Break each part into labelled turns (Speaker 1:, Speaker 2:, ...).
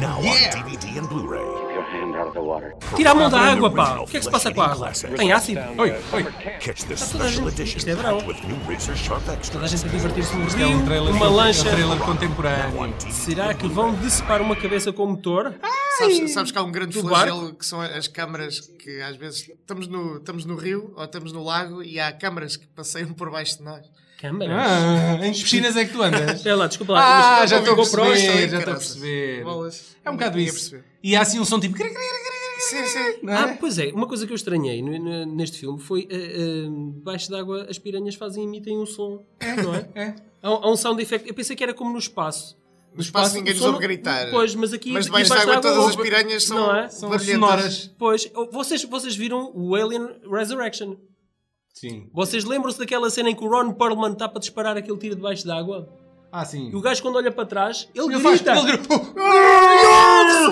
Speaker 1: now
Speaker 2: Yeah.
Speaker 1: on DVD and Blu-ray.
Speaker 3: Your hand out of the water.
Speaker 4: Tira a mão da água, pá. O que é que se passa com a água? Tem ácido?
Speaker 5: É um
Speaker 4: Oi, oi.
Speaker 1: Catch this
Speaker 4: toda a
Speaker 1: special
Speaker 4: gente-
Speaker 1: edition
Speaker 4: isto é bravo.
Speaker 1: packed with new Razor Sharp
Speaker 4: Toda a
Speaker 1: extras.
Speaker 4: gente a divertir-se no
Speaker 5: Isto é
Speaker 4: rio,
Speaker 5: um trailer,
Speaker 4: uma
Speaker 5: con-
Speaker 4: lancha.
Speaker 5: um trailer contemporâneo.
Speaker 4: Será que vão decepar uma cabeça com o motor?
Speaker 2: Sabes, sabes que há um grande
Speaker 4: Do
Speaker 2: flagelo que são as câmaras que às vezes estamos no, estamos no rio ou estamos no lago e há câmaras que passeiam por baixo de nós.
Speaker 4: Câmaras?
Speaker 5: Ah, em que piscinas é que tu andas?
Speaker 4: Espera lá, desculpa lá.
Speaker 5: Ah,
Speaker 4: mas
Speaker 5: já
Speaker 4: não
Speaker 5: estou a
Speaker 4: ligou para o
Speaker 2: isto aí,
Speaker 5: perceber, já estou a
Speaker 2: caraças.
Speaker 5: perceber.
Speaker 2: Bolas.
Speaker 5: É um bocado
Speaker 2: Não ia
Speaker 5: isso.
Speaker 2: perceber.
Speaker 5: E há assim um som tipo...
Speaker 2: Sim, sim.
Speaker 5: Não
Speaker 4: Ah,
Speaker 5: é?
Speaker 4: pois é, uma coisa que eu estranhei no- no- neste filme foi eh, eh, debaixo d'água as piranhas fazem emitem um som, não é?
Speaker 5: É.
Speaker 4: Há, um- há um sound effect. Eu pensei que era como no espaço.
Speaker 2: No espaço ninguém
Speaker 4: o
Speaker 2: nos
Speaker 4: som
Speaker 2: ouve
Speaker 4: não-
Speaker 2: gritar.
Speaker 4: Pois, mas aqui
Speaker 2: Mas debaixo d'água todas as
Speaker 4: ouve-
Speaker 2: piranhas são,
Speaker 4: não é?
Speaker 5: São
Speaker 2: barulhentas.
Speaker 5: sonoras.
Speaker 4: Pois, oh, vocês, vocês viram o Alien Resurrection?
Speaker 5: Sim.
Speaker 4: Vocês lembram-se daquela cena em que o Ron Perlman está para disparar aquele tiro debaixo d'água?
Speaker 5: Ah, sim.
Speaker 4: E o gajo quando olha para trás, ele
Speaker 5: Ele faz...
Speaker 4: grita!
Speaker 5: Ele grita...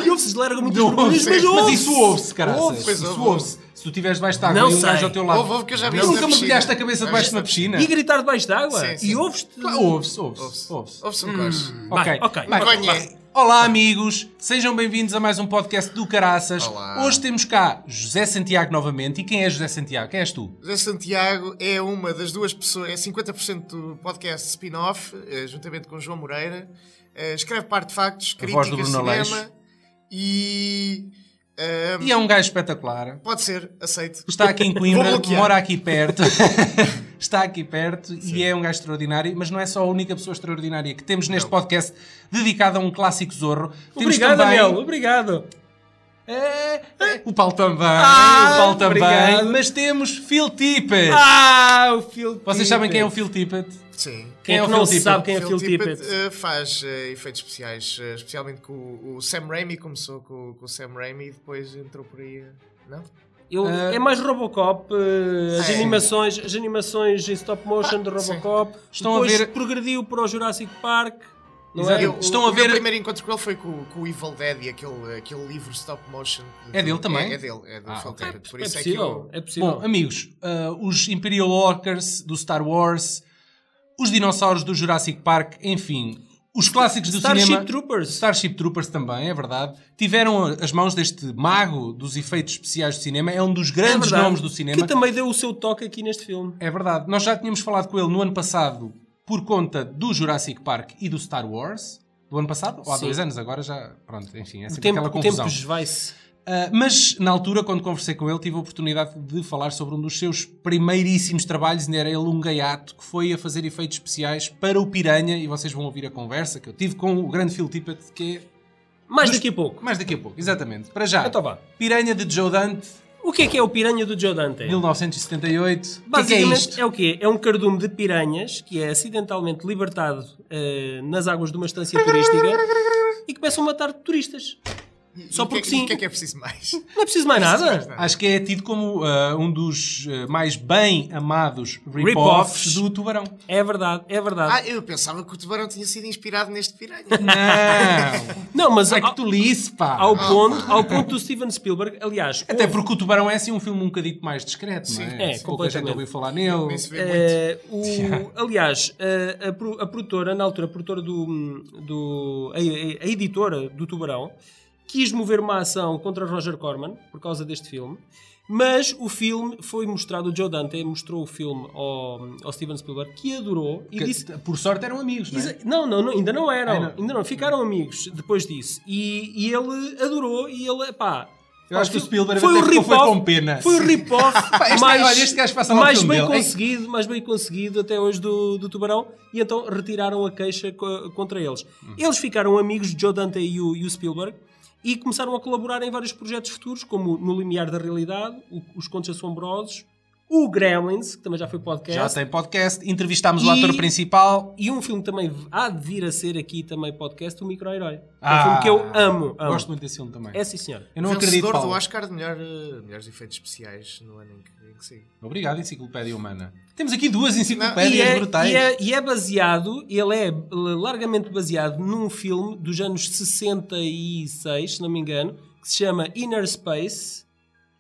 Speaker 4: E ouve-se, larga muito os borbulhos,
Speaker 5: Ouve-se,
Speaker 4: mas
Speaker 5: mas
Speaker 4: ouve-se!
Speaker 5: isso ouve-se, caraças.
Speaker 4: Ouve-se.
Speaker 2: pois
Speaker 5: isso
Speaker 2: ouve.
Speaker 5: ouve-se. Se tu estiveres debaixo de água
Speaker 4: Não
Speaker 5: e um
Speaker 4: sei.
Speaker 5: gajo ao teu lado...
Speaker 2: Ouve, ouve, que eu já vi
Speaker 5: Tu
Speaker 2: isso na
Speaker 5: Hum. nunca mergulhaste
Speaker 2: piscina.
Speaker 5: a cabeça
Speaker 2: Já
Speaker 5: debaixo de
Speaker 2: vi
Speaker 5: uma
Speaker 2: isso
Speaker 5: piscina?
Speaker 4: E gritar debaixo d'água?
Speaker 2: Sim, sim.
Speaker 4: E ouves-te?
Speaker 5: Claro, Ouve-se, ouve-se, ouve-se.
Speaker 2: Ouve-se um coche.
Speaker 4: Vai,
Speaker 5: Ok,
Speaker 4: ok.
Speaker 5: Hum. Vai,
Speaker 2: Conhe-
Speaker 5: vai. Olá amigos, sejam bem-vindos a mais um podcast do Caraças.
Speaker 2: Olá.
Speaker 5: Hoje temos cá José Santiago novamente. E quem é José Santiago? Quem és tu?
Speaker 2: José Santiago é uma das duas pessoas, é 50% do podcast spin-off, eh, juntamente com João Moreira. Eh, Escreve parte de factos,
Speaker 5: A voz do
Speaker 2: crítica,
Speaker 5: Bruno
Speaker 2: cinema
Speaker 5: Aleixo.
Speaker 2: e. eh,
Speaker 5: E é um gajo espetacular.
Speaker 2: Pode ser, aceito.
Speaker 5: Está aqui em
Speaker 2: Vou
Speaker 5: Coimbra,
Speaker 2: bloquear.
Speaker 5: mora aqui perto. Está aqui perto e é um gajo extraordinário, mas não é só a única pessoa extraordinária que temos neste podcast dedicado a um clássico zorro. Temos
Speaker 4: Obrigado,
Speaker 5: também...
Speaker 4: Daniel, obrigado.
Speaker 5: O Paulo também,
Speaker 4: Ah,
Speaker 5: o Paulo também,
Speaker 4: obrigado.
Speaker 5: mas temos Phil Tippett.
Speaker 4: Ah, o Phil
Speaker 5: Vocês sabem quem é o Phil Tippett?
Speaker 2: Sim.
Speaker 4: Quem é
Speaker 5: Quem
Speaker 4: que
Speaker 5: é o
Speaker 4: não
Speaker 5: Phil
Speaker 4: sabe
Speaker 5: Tippett?
Speaker 4: quem é Phil Tippett?
Speaker 2: eh, faz eh, efeitos especiais, eh, especialmente com o, o Sam Raimi. Começou com, com o Sam Raimi e depois entrou por aí. eh, Não?
Speaker 4: Eu-
Speaker 5: Ah.
Speaker 4: é mais Robocop, eh, as
Speaker 2: Sim.
Speaker 4: animações, as animações em stop motion de
Speaker 2: sim.
Speaker 4: Robocop.
Speaker 5: Ah, Estão a
Speaker 4: Depois
Speaker 5: ver-
Speaker 4: progrediu para o Jurassic Park. Não
Speaker 5: Exato.
Speaker 4: é?
Speaker 2: Eu,
Speaker 5: Estão
Speaker 2: o,
Speaker 5: a
Speaker 2: O
Speaker 5: ver-
Speaker 2: meu primeiro encontro com ele foi com, com o Evil Dead e aquele, aquele livro stop motion.
Speaker 5: É dele também?
Speaker 2: É, é dele, é do
Speaker 5: Ah,
Speaker 2: Phil
Speaker 5: ok.
Speaker 2: Tippett. Por
Speaker 4: É
Speaker 2: isso é, que eu.
Speaker 4: possível, é possível.
Speaker 5: Bom, amigos, ah, os Imperial Walkers do Star Wars, os dinossauros do Jurassic Park, enfim, os clássicos do
Speaker 4: Starship
Speaker 5: cinema.
Speaker 4: Troopers.
Speaker 5: Starship Troopers também, é verdade. Tiveram as mãos deste mago dos efeitos especiais do cinema, é um dos
Speaker 4: É
Speaker 5: grandes
Speaker 4: verdade,
Speaker 5: nomes do cinema.
Speaker 4: Que também deu o seu toque aqui neste filme.
Speaker 5: É verdade. Nós já tínhamos falado com ele no ano passado por conta do Jurassic Park e do Star Wars. Do ano passado? Ou há
Speaker 4: Sim.
Speaker 5: dois anos, agora já. Pronto, enfim, é
Speaker 4: O
Speaker 5: sempre
Speaker 4: tempo,
Speaker 5: aquela
Speaker 4: o tempo
Speaker 5: confusão.
Speaker 4: esvai-se.
Speaker 5: Uh, mas na altura, quando conversei com ele, tive a oportunidade de falar sobre um dos seus primeiríssimos trabalhos, ainda era ele um gaiato, que foi a fazer efeitos especiais para o Piranha, e vocês vão ouvir a conversa que eu tive com o grande Phil Tippett, que é
Speaker 4: Mais
Speaker 5: Mas-
Speaker 4: daqui a pouco.
Speaker 5: mais daqui a pouco, exatamente. Para já,
Speaker 4: Então vá.
Speaker 5: Piranha de Joe Dante,
Speaker 4: O que é que é o piranha do Joe Dante?
Speaker 5: 1978. O que é que é
Speaker 4: Basicamente
Speaker 5: isto?
Speaker 4: é, o quê? É um cardume de piranhas que é acidentalmente libertado eh, nas águas de uma estância turística e que começam a matar turistas. Só
Speaker 2: E
Speaker 4: porque
Speaker 2: que,
Speaker 4: sim.
Speaker 2: O que é que é preciso mais?
Speaker 4: Não é preciso mais nada.
Speaker 5: Acho que é tido como uh, um dos uh, mais bem amados
Speaker 4: Rip-offs.
Speaker 5: rip-offs do Tubarão.
Speaker 4: É verdade, é verdade.
Speaker 2: Ah, eu pensava que o tubarão tinha sido inspirado neste piranha.
Speaker 5: Não!
Speaker 4: não, mas
Speaker 5: é
Speaker 4: ao,
Speaker 5: que tu lisse, pá!
Speaker 4: ao
Speaker 2: Ah.
Speaker 4: ponto, ao ponto do Steven Spielberg, aliás,
Speaker 5: Até porque o Tubarão é assim um filme um bocadito mais discreto, não
Speaker 4: Sim, é,
Speaker 5: é? Pouca gente
Speaker 4: completamente.
Speaker 5: ouviu falar nele.
Speaker 2: Nem se vê muito.
Speaker 4: Eh, o- aliás, eh, a, pro- a produtora, na altura, a produtora do. do- a, a- a editora do Tubarão, quis mover uma ação contra Roger Corman por causa deste filme, mas o filme foi mostrado, o Joe Dante mostrou o filme ao, ao Steven Spielberg, que adorou e
Speaker 5: Que,
Speaker 4: disse.
Speaker 5: Por sorte eram amigos, não é?
Speaker 4: Exa- Não, não, não, ainda não eram.
Speaker 5: Era.
Speaker 4: Ainda não. Ficaram amigos depois disso. E, e ele adorou e ele, pá...
Speaker 5: Eu acho que o Spielberg
Speaker 4: foi
Speaker 5: até
Speaker 4: o
Speaker 5: ficou- foi
Speaker 4: rip-off-
Speaker 5: com pena.
Speaker 4: Foi o rip-off
Speaker 5: este- é-
Speaker 4: mais,
Speaker 5: olha, este gajo passa lá o
Speaker 4: mais
Speaker 5: filme
Speaker 4: bem
Speaker 5: dele, hein?
Speaker 4: conseguido, mais bem conseguido até hoje do, do Tubarão. E então retiraram a queixa co- contra eles.
Speaker 5: Hum.
Speaker 4: Eles ficaram amigos, Joe Dante e o, e o Spielberg, e começaram a colaborar em vários projetos futuros, como No Limiar da Realidade, o- Os Contos Assombrosos, o Gremlins, que também já foi podcast.
Speaker 5: Já tem podcast, entrevistámos o
Speaker 4: E-
Speaker 5: ator principal.
Speaker 4: E um filme também há de vir a ser aqui também podcast, o Micro-Herói.
Speaker 5: Ah,
Speaker 4: é um filme que eu amo, amo.
Speaker 5: Gosto muito desse filme também.
Speaker 4: É sim, senhor.
Speaker 5: Eu não acredito,
Speaker 2: Vencedor do
Speaker 5: Paulo.
Speaker 2: Oscar de melhor, eh, melhores efeitos especiais no ano em que, em que saiu.
Speaker 5: Obrigado, Enciclopédia Humana. Temos aqui duas
Speaker 4: E
Speaker 5: enciclopédias
Speaker 4: é,
Speaker 5: brutais.
Speaker 4: e, é, e é baseado, ele é largamente baseado num filme dos anos 66, se não me engano, que se chama Inner Space.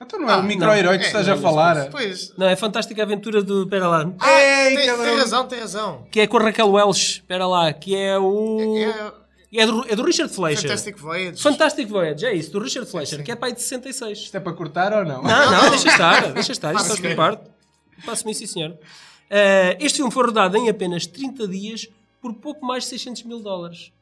Speaker 5: Então não é o
Speaker 2: Ah,
Speaker 5: micro-herói que
Speaker 2: não.
Speaker 5: estás
Speaker 2: É,
Speaker 5: a falar.
Speaker 2: Pois.
Speaker 4: Não, é Fantástica Aventura do. Pera lá.
Speaker 2: Ah,
Speaker 5: Ei,
Speaker 2: tem, tem
Speaker 5: cabrão.
Speaker 2: razão, tem razão.
Speaker 4: Que é com a Raquel Welch. Pera lá. Que é o.
Speaker 2: É,
Speaker 4: É do, é do Richard Fleischer.
Speaker 2: Fantastic Voyage.
Speaker 4: Fantastic Voyage, é isso, do Richard Fleischer,
Speaker 2: sim.
Speaker 4: que é pai de 66.
Speaker 5: Isto é para cortar ou não?
Speaker 4: Não, não, deixa estar, deixa estar, isso
Speaker 2: Passa-se
Speaker 4: faz-me
Speaker 2: bem.
Speaker 4: parte. Passo-me isso, sim, senhor. Eh, este filme foi rodado em apenas 30 dias por pouco mais de 600 mil dólares.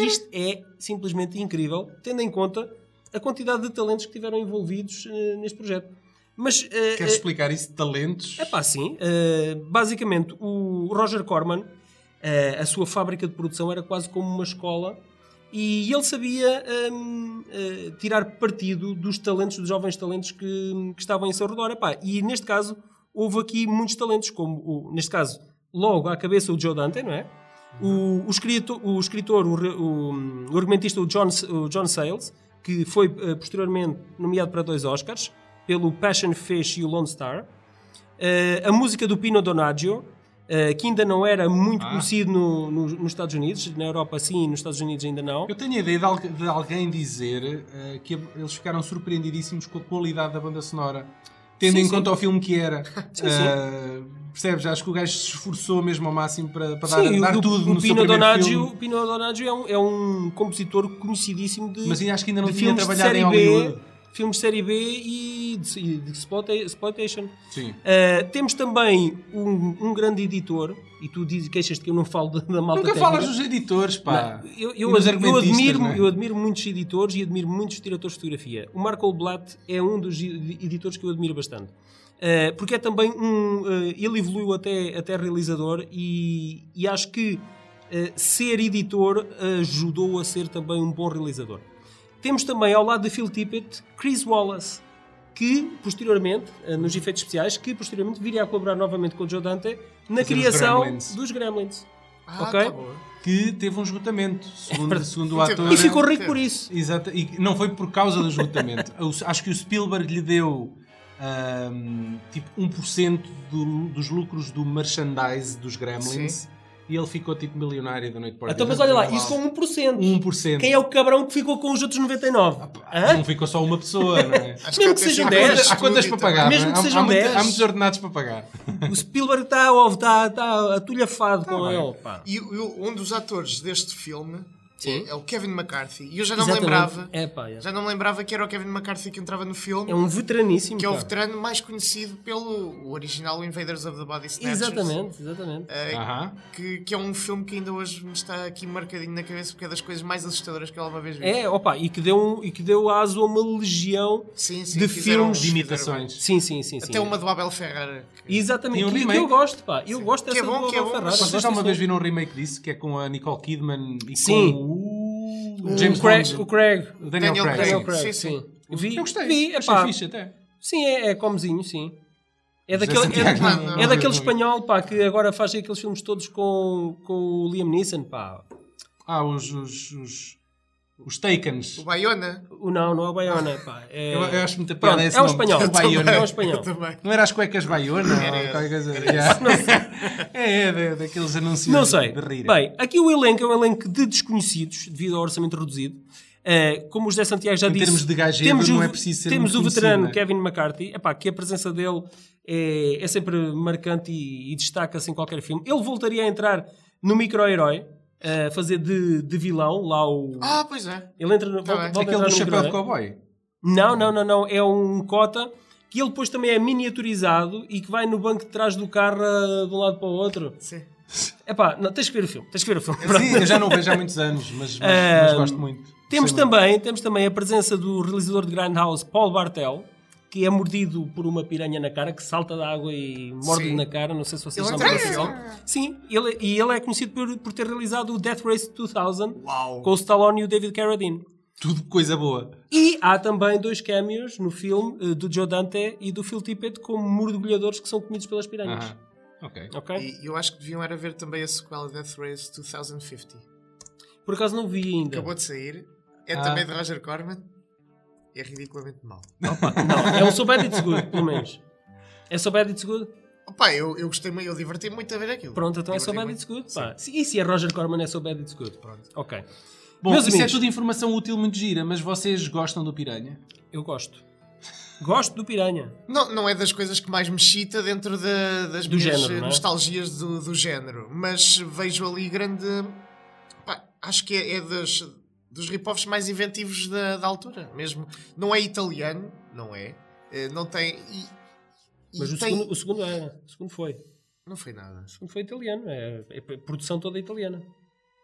Speaker 4: Isto é simplesmente incrível, tendo em conta a quantidade de talentos que tiveram envolvidos eh, neste projeto. Mas, eh,
Speaker 5: Queres
Speaker 4: eh,
Speaker 5: explicar isso de talentos?
Speaker 4: é pá, sim. Uh, basicamente, o Roger Corman, uh, a sua fábrica de produção era quase como uma escola e ele sabia um, uh, tirar partido dos talentos, dos jovens talentos que, que estavam em seu redor. Epá, e neste caso, houve aqui muitos talentos, como, o- neste caso, logo à cabeça o Joe Dante, não é? O, o escritor, o, escritor, o, re- o- o argumentista o John, o John Sayles, que foi uh, posteriormente nomeado para dois Oscars, pelo Passion Fish e o Lone Star. Uh, a música do Pino Donaggio, uh, que ainda não era muito
Speaker 5: Ah.
Speaker 4: conhecido no- no- nos Estados Unidos, na Europa sim, nos Estados Unidos ainda não.
Speaker 5: Eu tenho a ideia de, algu- de alguém dizer eh, que eles ficaram surpreendidíssimos com a qualidade da banda sonora, tendo
Speaker 4: Sim,
Speaker 5: em
Speaker 4: sim.
Speaker 5: conta o filme que era.
Speaker 4: Sim,
Speaker 5: Eh, percebes? Acho que o gajo se esforçou mesmo ao máximo para, para
Speaker 4: Sim,
Speaker 5: dar, dar
Speaker 4: o,
Speaker 5: tudo
Speaker 4: o
Speaker 5: no seu
Speaker 4: Pino
Speaker 5: primeiro
Speaker 4: Donaggio,
Speaker 5: filme.
Speaker 4: o Pino Donaggio é um, é um compositor conhecidíssimo de,
Speaker 5: Mas ainda acho que ainda não
Speaker 4: de
Speaker 5: tinha
Speaker 4: filmes de
Speaker 5: trabalhado em
Speaker 4: série
Speaker 5: Hollywood.
Speaker 4: B, filmes de série B e de, e de exploita- exploitation.
Speaker 5: Sim.
Speaker 4: Uh, temos também um, um grande editor, e tu dizes, queixas-te que eu não falo da, da malta
Speaker 5: Nunca
Speaker 4: técnica.
Speaker 5: falas dos editores, pá.
Speaker 4: Não, eu,
Speaker 5: E
Speaker 4: eu,
Speaker 5: dos
Speaker 4: ad- eu
Speaker 5: argumentistas,
Speaker 4: admiro,
Speaker 5: não é?
Speaker 4: eu admiro muitos editores e admiro muitos diretores de fotografia. O Marco Blatt é um dos ed- editores que eu admiro bastante. Eh, porque é também um. eh, ele evoluiu até, até realizador e, e acho que eh, ser editor ajudou a ser também um bom realizador. Temos também ao lado de Phil Tippett Chris Wallace, que posteriormente, eh, nos efeitos especiais, que posteriormente viria a colaborar novamente com o Joe Dante na
Speaker 5: Fazer os
Speaker 4: criação
Speaker 5: Gremlins.
Speaker 4: dos Gremlins.
Speaker 2: Ah,
Speaker 4: Ok.
Speaker 2: tá boa.
Speaker 5: Que teve um esgotamento,
Speaker 4: É
Speaker 5: segundo, segundo o
Speaker 2: Teve.
Speaker 5: ator.
Speaker 4: um E ficou rico
Speaker 2: Sim.
Speaker 4: por isso.
Speaker 5: Exato, e que não foi por causa do esgotamento. Eu Acho que o Spielberg lhe deu ahm, tipo 1% do, dos lucros do merchandise dos Gremlins e ele ficou tipo milionário da noite para o
Speaker 4: Então,
Speaker 5: dia.
Speaker 4: mas olha lá, isso com 1%.
Speaker 5: 1%.
Speaker 4: Quem é o cabrão que ficou com os outros 99?
Speaker 2: Ah,
Speaker 4: Hã?
Speaker 5: Não ficou só uma pessoa, não é?
Speaker 2: Acho
Speaker 4: Mesmo
Speaker 2: há
Speaker 4: que
Speaker 2: até
Speaker 4: sejam
Speaker 2: cinco
Speaker 5: Há
Speaker 4: dez,
Speaker 5: quantas,
Speaker 2: anos
Speaker 5: há
Speaker 2: de
Speaker 5: quantas para
Speaker 2: estúdio
Speaker 5: pagar?
Speaker 4: Mesmo
Speaker 5: não é?
Speaker 4: que
Speaker 5: Há-
Speaker 4: sejam
Speaker 5: há, muita-
Speaker 4: 10.
Speaker 5: há muitos ordenados para pagar.
Speaker 4: O Spielberg está ao tá, tá atulhafado com
Speaker 5: bem.
Speaker 4: ele. Pá.
Speaker 2: E o- um dos atores deste filme
Speaker 4: Sim.
Speaker 2: é é o Kevin McCarthy. E eu já não me
Speaker 4: Exatamente.
Speaker 2: lembrava.
Speaker 4: É, pá, é.
Speaker 2: Já não me lembrava que era o Kevin McCarthy que entrava no filme.
Speaker 4: É um veteraníssimo.
Speaker 2: Que é o
Speaker 4: pá.
Speaker 2: veterano mais conhecido pelo o original Invaders of the Body Snatchers.
Speaker 4: Exatamente, exatamente.
Speaker 2: eh,
Speaker 5: Aham.
Speaker 2: que, que é um filme que ainda hoje me está aqui marcadinho na cabeça porque é das coisas mais assustadoras que eu alguma vez vi.
Speaker 4: É, opa, e que deu, um- e que deu aso a uma legião.
Speaker 2: Sim, sim,
Speaker 4: de
Speaker 2: fizeram-
Speaker 4: filmes
Speaker 5: De
Speaker 2: fizeram-
Speaker 5: imitações.
Speaker 4: Sim, sim, sim. sim.
Speaker 2: Até uma do Abel Ferrara. que-
Speaker 4: Exatamente,
Speaker 5: E um
Speaker 4: que, que eu
Speaker 5: remake.
Speaker 4: gosto, pá. Eu gosto
Speaker 2: Que é
Speaker 4: dessa
Speaker 2: bom,
Speaker 4: do
Speaker 2: que é
Speaker 4: Abel
Speaker 2: bom,
Speaker 4: Ferrara,
Speaker 2: mas
Speaker 4: gosto
Speaker 5: Vocês já uma
Speaker 4: desse
Speaker 5: vez
Speaker 4: filme.
Speaker 5: viram um remake disso que é com a Nicole Kidman e
Speaker 4: Sim.
Speaker 5: com o,
Speaker 4: O
Speaker 5: James
Speaker 4: Craig,
Speaker 5: Bond.
Speaker 4: o Craig.
Speaker 5: O Daniel,
Speaker 2: Daniel
Speaker 5: Craig.
Speaker 4: Daniel
Speaker 2: Sim,
Speaker 4: Craig,
Speaker 2: sim,
Speaker 4: sim.
Speaker 2: sim.
Speaker 4: Vi,
Speaker 5: Eu gostei.
Speaker 4: vi, é
Speaker 5: achei
Speaker 4: epá,
Speaker 5: fixe até.
Speaker 4: Sim, é, é comezinho, sim. É
Speaker 5: José
Speaker 4: daquele, é,
Speaker 5: Santiago,
Speaker 2: não,
Speaker 4: é
Speaker 2: não,
Speaker 4: daquele
Speaker 5: não.
Speaker 4: espanhol pá, que agora faz aqueles filmes todos com, com o Liam Neeson. Pá.
Speaker 5: Ah, os. Os, os, os Takens.
Speaker 2: O Bayona.
Speaker 4: O não, não é o Bayona. Pá. É,
Speaker 5: Eu, eu acho muita
Speaker 4: Pronto,
Speaker 5: piada esse
Speaker 4: é um
Speaker 5: nome.
Speaker 4: espanhol.
Speaker 5: O Baiano.
Speaker 4: É um espanhol.
Speaker 2: Eu também.
Speaker 5: Não era as cuecas Baiona? ou qualquer coisa? Yeah. É, é da- daqueles anúncios
Speaker 4: Não sei.
Speaker 5: de rir.
Speaker 4: Bem, aqui o elenco é um elenco de desconhecidos, devido ao orçamento reduzido. Uh, como o José Santiago já
Speaker 5: Em
Speaker 4: disse,
Speaker 5: termos de gajeira,
Speaker 4: temos
Speaker 5: não
Speaker 4: o,
Speaker 5: é preciso ser
Speaker 4: Temos
Speaker 5: muito
Speaker 4: o veterano
Speaker 5: conhecido, é?
Speaker 4: Kevin McCarthy, epá, que a presença dele é, é sempre marcante e, e destaca-se em qualquer filme. Ele voltaria a entrar no micro-herói, a fazer de, de vilão, lá o...
Speaker 2: Ah, pois é.
Speaker 4: Ele entra no,
Speaker 2: Tá
Speaker 4: volta,
Speaker 2: bem.
Speaker 4: volta a
Speaker 5: Aquele
Speaker 4: entrar
Speaker 5: do
Speaker 4: no
Speaker 5: chapéu de
Speaker 4: micro-herói.
Speaker 5: cowboy.
Speaker 4: Não, não, não, não. É um cota que ele depois também é miniaturizado e que vai no banco de trás do carro ah, de um lado para o outro.
Speaker 2: Sim.
Speaker 4: Epá, não, tens que ver o filme. Tens que ver o filme.
Speaker 5: Sim, eu já não o vejo há muitos anos, mas, mas, mas
Speaker 4: Ahm,
Speaker 5: gosto muito.
Speaker 4: Temos
Speaker 5: Gostei muito.
Speaker 4: também, temos também a presença do realizador de Grindhouse, Paul Bartel, que é mordido por uma piranha na cara, que salta da água e morde-lhe
Speaker 2: Sim.
Speaker 4: na cara. Não sei se vocês
Speaker 2: Ele
Speaker 4: lembram do
Speaker 5: é
Speaker 2: entra-
Speaker 4: filme. Sim, ele, e ele é conhecido por, por ter realizado o Death Race 2000
Speaker 2: Uau.
Speaker 4: com o Stallone e o David Carradine.
Speaker 5: Tudo coisa boa.
Speaker 4: E há também dois cameos no filme eh, do Joe Dante e do Phil Tippett como mergulhadores que são comidos pelas piranhas.
Speaker 5: Aham. Ok.
Speaker 4: Ok?
Speaker 2: E eu acho que deviam era ver também a sequela Death Race 2050.
Speaker 4: Por acaso não vi ainda.
Speaker 2: Acabou de sair. É
Speaker 5: Ah.
Speaker 2: também de Roger Corman. É ridiculamente mau.
Speaker 4: Não, é um So Bad It's Good, pelo menos. É So Bad It's Good?
Speaker 2: Opa, eu, eu gostei muito, eu diverti muito a ver aquilo.
Speaker 4: Pronto, então é So Bad
Speaker 2: Diverti-me
Speaker 4: It's Good.
Speaker 2: muito.
Speaker 4: Pá. Se- E se é Roger Corman é So Bad It's Good? Pronto. Ok.
Speaker 5: Bom,
Speaker 4: Meus
Speaker 5: isso
Speaker 4: amigos,
Speaker 5: é tudo informação útil, muito gira, mas vocês gostam do Piranha?
Speaker 4: eu gosto. Gosto do Piranha.
Speaker 2: Não, não é das coisas que mais me chita dentro da- das
Speaker 4: Do
Speaker 2: minhas
Speaker 4: género,
Speaker 2: eh,
Speaker 4: não é?
Speaker 2: nostalgias do, do género, mas vejo ali grande. pá, acho que é, é dos, dos rip-offs mais inventivos da, da altura, mesmo. Não é italiano, não é. Eh, Não tem. E, e
Speaker 4: Mas o
Speaker 2: tem-
Speaker 4: segundo, o segundo é. O segundo foi. O
Speaker 2: Não foi nada.
Speaker 4: segundo foi italiano. É, é produção toda italiana.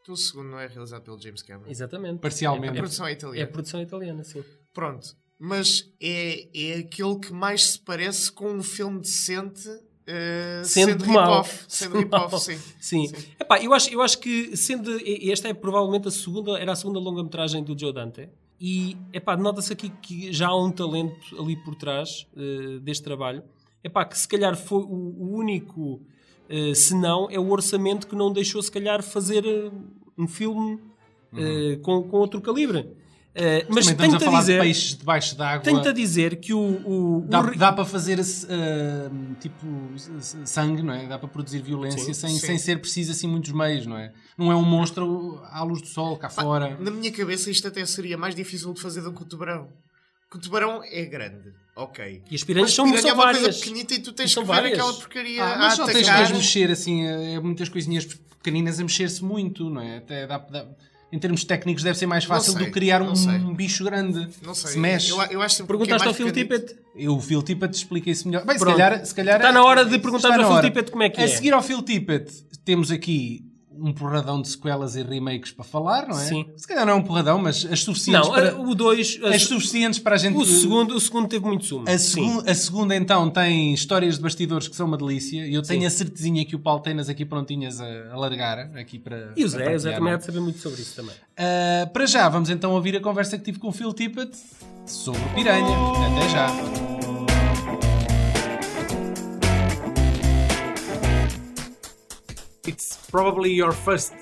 Speaker 2: O segundo não é realizado pelo James Cameron.
Speaker 4: Exatamente.
Speaker 5: Parcialmente.
Speaker 2: A produção é
Speaker 4: É, é
Speaker 2: italiana.
Speaker 4: produção italiana, sim.
Speaker 2: Pronto. Mas é, é aquele que mais se parece com um filme decente. eh,
Speaker 4: Sendo mau.
Speaker 2: rip-off. Sendo rip-off, sim.
Speaker 4: Sim. Epá, eu acho, eu acho que sendo e- esta é provavelmente a segunda, era a segunda longa-metragem do Joe Dante. E epá, nota-se aqui que já há um talento ali por trás eh, deste trabalho. Epá, que se calhar foi o, o único eh, se não é o orçamento que não deixou se calhar fazer eh, um filme eh, com, com outro calibre. Eh, mas
Speaker 5: Também Uhum. estamos
Speaker 4: tenho-te
Speaker 5: a
Speaker 4: a
Speaker 5: falar de
Speaker 4: dizer,
Speaker 5: peixes debaixo d'água.
Speaker 4: tenho-te a dizer que o, o, o
Speaker 5: Dá,
Speaker 4: ri-
Speaker 5: dá para fazer eh, tipo s- sangue, não é? Dá para produzir violência
Speaker 4: Sim,
Speaker 5: sem,
Speaker 2: sim.
Speaker 5: sem ser preciso assim muitos meios, não é? Não é um monstro à luz do sol, cá fora.
Speaker 2: Na minha cabeça, isto até seria mais difícil de fazer do que o tubarão. Porque o tubarão é grande, ok.
Speaker 4: E as piranhas
Speaker 2: Mas
Speaker 4: são,
Speaker 2: piranha
Speaker 4: são
Speaker 2: é uma
Speaker 4: várias.
Speaker 2: coisa pequenita e tu tens
Speaker 4: São
Speaker 2: que ver
Speaker 4: várias.
Speaker 2: aquela porcaria
Speaker 5: Ah,
Speaker 2: a
Speaker 5: mas só tens que
Speaker 2: atacar.
Speaker 5: as mexer assim, é, é muitas coisinhas pequeninas a mexer-se muito, não é? Até dá- dá- em termos técnicos deve ser mais fácil
Speaker 2: sei,
Speaker 5: do que criar um,
Speaker 2: não sei.
Speaker 5: um bicho grande.
Speaker 2: Não sei.
Speaker 5: Se mexe.
Speaker 2: Eu, eu acho sempre que é
Speaker 4: Perguntaste
Speaker 2: mais
Speaker 4: ao Phil
Speaker 2: pequenito.
Speaker 4: Tippett.
Speaker 5: Eu, o Phil tipo, Tippett, expliquei isso melhor. Bem, se
Speaker 4: Pronto.
Speaker 5: calhar, se calhar...
Speaker 4: Está na hora de perguntar
Speaker 5: Está
Speaker 4: ao
Speaker 5: na
Speaker 4: Phil
Speaker 5: hora.
Speaker 4: Tippett como é que é.
Speaker 5: A seguir ao Phil Tippett, temos aqui um porradão de sequelas e remakes para falar, não é?
Speaker 4: Sim.
Speaker 5: Se calhar não é um porradão, mas as suficientes,
Speaker 4: Não,
Speaker 5: para,
Speaker 4: a- o 2.
Speaker 5: as suficientes para a gente...
Speaker 4: O segundo, o segundo teve muito sumo.
Speaker 5: A,
Speaker 4: Sim.
Speaker 5: segun- a segunda, então, tem histórias de bastidores que são uma delícia. E eu tenho
Speaker 4: Sim.
Speaker 5: a certezinha que o Paulo tem-nas aqui prontinhas a, a largar. Aqui para,
Speaker 4: E o Zé, o
Speaker 5: para
Speaker 4: Zé
Speaker 5: partilhar,
Speaker 4: também
Speaker 5: não
Speaker 4: há
Speaker 5: é?
Speaker 4: de saber muito sobre isso também.
Speaker 5: Ah, para já, vamos então ouvir a conversa que tive com o Phil Tippett sobre o Piranha. Até já.
Speaker 3: it's probably your first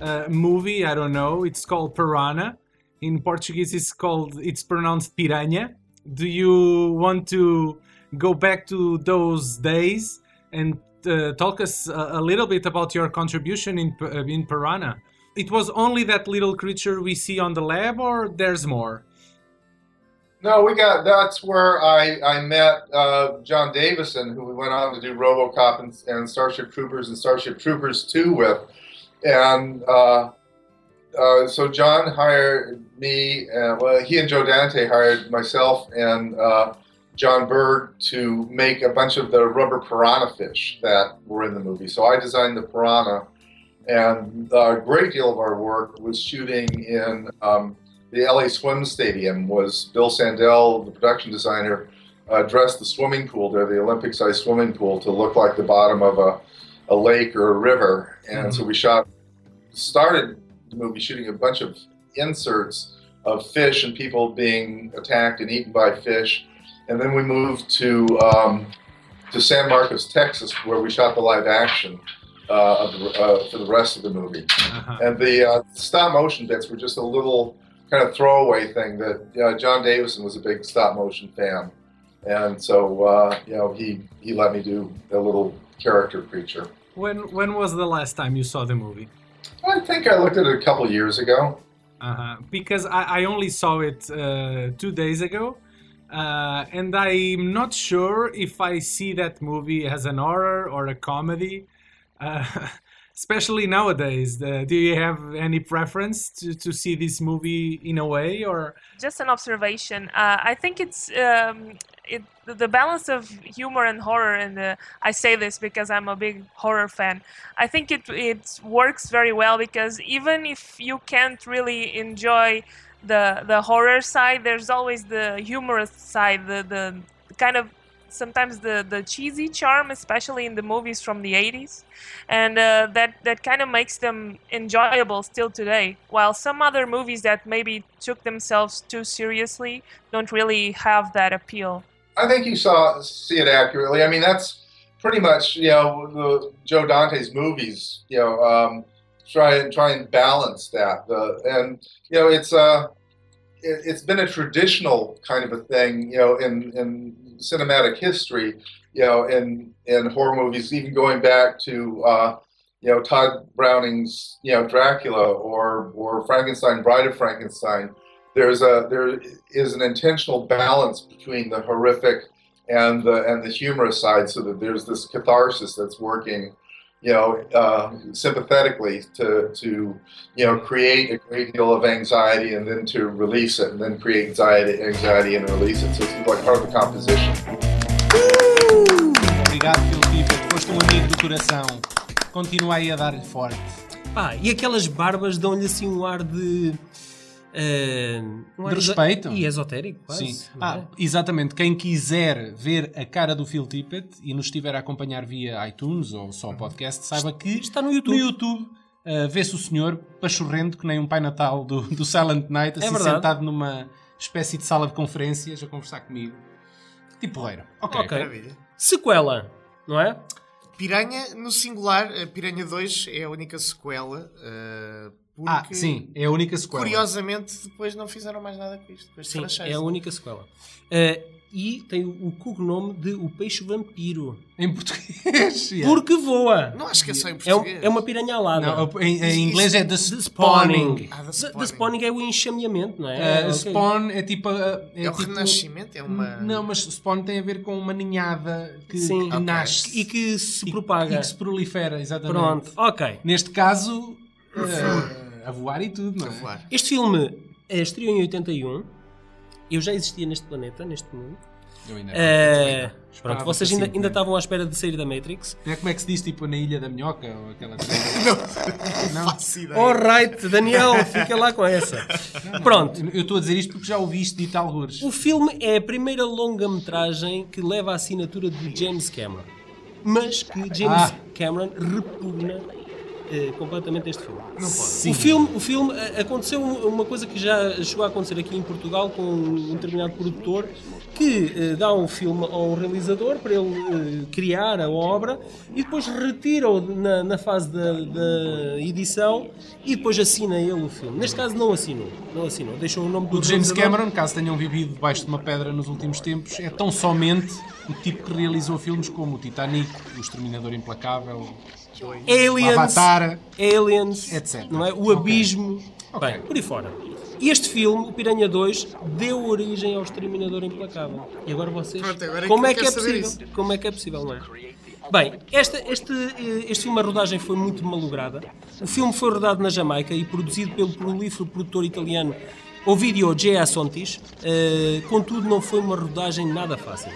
Speaker 3: uh, movie. I don't know. It's called Piranha. In Portuguese, it's called. It's pronounced piranha. Do you want to go back to those days and uh, talk us a, a little bit about your contribution in P- uh, in Piranha? It was only that little creature we see on the lab, or there's more.
Speaker 6: No, we got. That's where I I met uh, John Davison, who we went on to do RoboCop and, and Starship Troopers and Starship Troopers two with, and uh, uh, so John hired me. Uh, well, he and Joe Dante hired myself and uh, John Bird to make a bunch of the rubber piranha fish that were in the movie. So I designed the piranha, and a great deal of our work was shooting in. Um, the LA Swim Stadium was Bill Sandell, the production designer, uh, dressed the swimming pool there, the Olympic sized swimming pool, to look like the bottom of a, a lake or a river. And so we shot, started the movie shooting a bunch of inserts of fish and people being attacked and eaten by fish. And then we moved to, um, to San Marcos, Texas, where we shot the live action uh, of the, uh, for the rest of the movie and the uh, stop motion bits were just a little kind of throwaway thing that uh, John Davison was a big stop motion fan, and so uh, you know he he let me do a little character creature.
Speaker 3: When when was the last time you saw the movie?
Speaker 6: I think I looked at it a couple years ago.
Speaker 3: Uh-huh. Because I, I only saw it uh, two days ago, uh, and I'm not sure if I see that movie as an horror or a comedy. Uh, especially nowadays, the, do you have any preference to, to see this movie in a way or?
Speaker 7: just an observation. Uh, I think it's um, it, the- the balance of humor and horror. And uh, I say this because I'm a big horror fan. I think it it works very well because even if you can't really enjoy the the horror side, there's always the humorous side. The the kind of sometimes the, the cheesy charm especially in the movies from the 80s and uh, that that kind of makes them enjoyable still today. While some other movies that maybe took themselves too seriously don't really have that appeal.
Speaker 6: I think you saw see it accurately. I mean that's pretty much you know the Joe Dante's movies. You know um, try and try and balance that. The and you know it's uh it, it's been a traditional kind of a thing, you know, in, in cinematic history, you know, in, in horror movies, even going back to, uh, you know, Todd Browning's, you know, Dracula or, or Frankenstein, Bride of Frankenstein. There's a, there is an intentional balance between the horrific and the, and the humorous side so that there's this catharsis that's working you know, uh, sympathetically to, to, you know, create a great deal of anxiety and then to release it and then create anxiety, anxiety and release it. So it's like part of the composition.
Speaker 5: Obrigado pelo feedback, foste um amigo do coração. Continua aí a dar-lhe forte.
Speaker 4: Pá, e aquelas barbas dão-lhe assim um ar de. eh, um
Speaker 5: De respeito.
Speaker 4: E esotérico, quase.
Speaker 5: Sim.
Speaker 4: não
Speaker 5: Ah,
Speaker 4: é?
Speaker 5: exatamente. Quem quiser ver a cara do Phil Tippett e nos estiver a acompanhar via iTunes ou só podcast, saiba que
Speaker 4: Está Uhum. no YouTube.
Speaker 5: No YouTube ah, vê-se o senhor pachorrendo que nem um Pai Natal do, do Silent Night,
Speaker 4: É
Speaker 5: assim
Speaker 4: verdade.
Speaker 5: sentado numa espécie de sala de conferências a conversar comigo. Tipo reiro. Ok.
Speaker 4: Ok.
Speaker 2: Maravilha.
Speaker 4: Sequela, não é?
Speaker 2: Piranha, no singular, a Piranha 2 é a única sequela. eh, porque,
Speaker 5: Ah, sim, é a única sequela.
Speaker 2: curiosamente, depois não fizeram mais nada com isto. Com este
Speaker 4: Sim,
Speaker 2: franchise.
Speaker 4: é a única sequela. Eh, e tem o cognome de O Peixe Vampiro.
Speaker 5: Em português. yeah.
Speaker 4: Porque voa.
Speaker 2: Não acho que é só em
Speaker 4: É, um-
Speaker 2: português.
Speaker 4: é uma piranha alada.
Speaker 5: Não, em, em inglês é The
Speaker 4: Spawning.
Speaker 5: Spawning.
Speaker 2: Ah,
Speaker 4: The
Speaker 2: da
Speaker 4: the
Speaker 2: Spawning.
Speaker 4: spawning é o enxameamento, não é?
Speaker 5: Ah,
Speaker 4: Ok.
Speaker 5: Spawn é tipo. ah, é
Speaker 2: É o
Speaker 5: tipo-
Speaker 2: renascimento? É uma.
Speaker 5: Não, mas Spawn tem a ver com uma ninhada que,
Speaker 4: Sim.
Speaker 5: que
Speaker 4: Ok.
Speaker 5: nasce
Speaker 4: E que se
Speaker 5: e-
Speaker 4: propaga.
Speaker 5: e que se prolifera, exatamente.
Speaker 4: Pronto, ok.
Speaker 5: Neste caso, eh, a voar e tudo, não é?
Speaker 2: a voar.
Speaker 4: Este filme eh, estreou em 81. Eu já existia neste planeta, neste mundo.
Speaker 5: Eu ainda não.
Speaker 4: Eh,
Speaker 5: Esperava
Speaker 4: pronto, vocês
Speaker 5: que
Speaker 4: ainda,
Speaker 5: sim,
Speaker 4: ainda
Speaker 5: né?
Speaker 4: estavam à espera de sair da Matrix.
Speaker 5: É como é que se diz, tipo, na Ilha da Minhoca ou aquela coisa?
Speaker 2: Faço ideia.
Speaker 4: Alright, Daniel, fica lá com essa. Pronto,
Speaker 5: Eu estou a dizer isto porque já ouviste dito algures.
Speaker 4: o filme é a primeira longa-metragem que leva a assinatura de James Cameron. Mas que James
Speaker 5: Ah.
Speaker 4: Cameron repugna eh, completamente este filme.
Speaker 2: Não pode.
Speaker 4: O filme, o filme a- aconteceu um, uma coisa que já chegou a acontecer aqui em Portugal com um determinado produtor que eh, dá um filme ao realizador para ele eh, criar a obra e depois retira-o na, na fase da, da edição e depois assina ele o filme. Neste caso não assinou, não assinou, deixou o nome do
Speaker 5: O James
Speaker 4: realizador.
Speaker 5: Cameron, caso tenham vivido debaixo de uma pedra nos últimos tempos, é tão somente o tipo que realizou filmes como o Titanic, o Exterminador Implacável, o
Speaker 4: Aliens,
Speaker 5: Avatar.
Speaker 4: Aliens,
Speaker 5: Etc.
Speaker 4: Não é? O
Speaker 5: Ok.
Speaker 4: Abismo.
Speaker 5: Ok.
Speaker 4: Bem, por aí fora. Este filme, o Piranha 2, deu origem ao Exterminador Implacável. E agora vocês.
Speaker 2: Pronto, agora é que
Speaker 4: como
Speaker 2: eu
Speaker 4: é que
Speaker 2: quero
Speaker 4: é
Speaker 2: saber
Speaker 4: possível? Como é que é possível, não é? Bem, esta, este, eh, este filme, a rodagem foi muito malograda. O filme foi rodado na Jamaica e produzido pelo prolífero produtor italiano Ovidio G. Assontis. Eh, contudo, não foi uma rodagem nada fácil.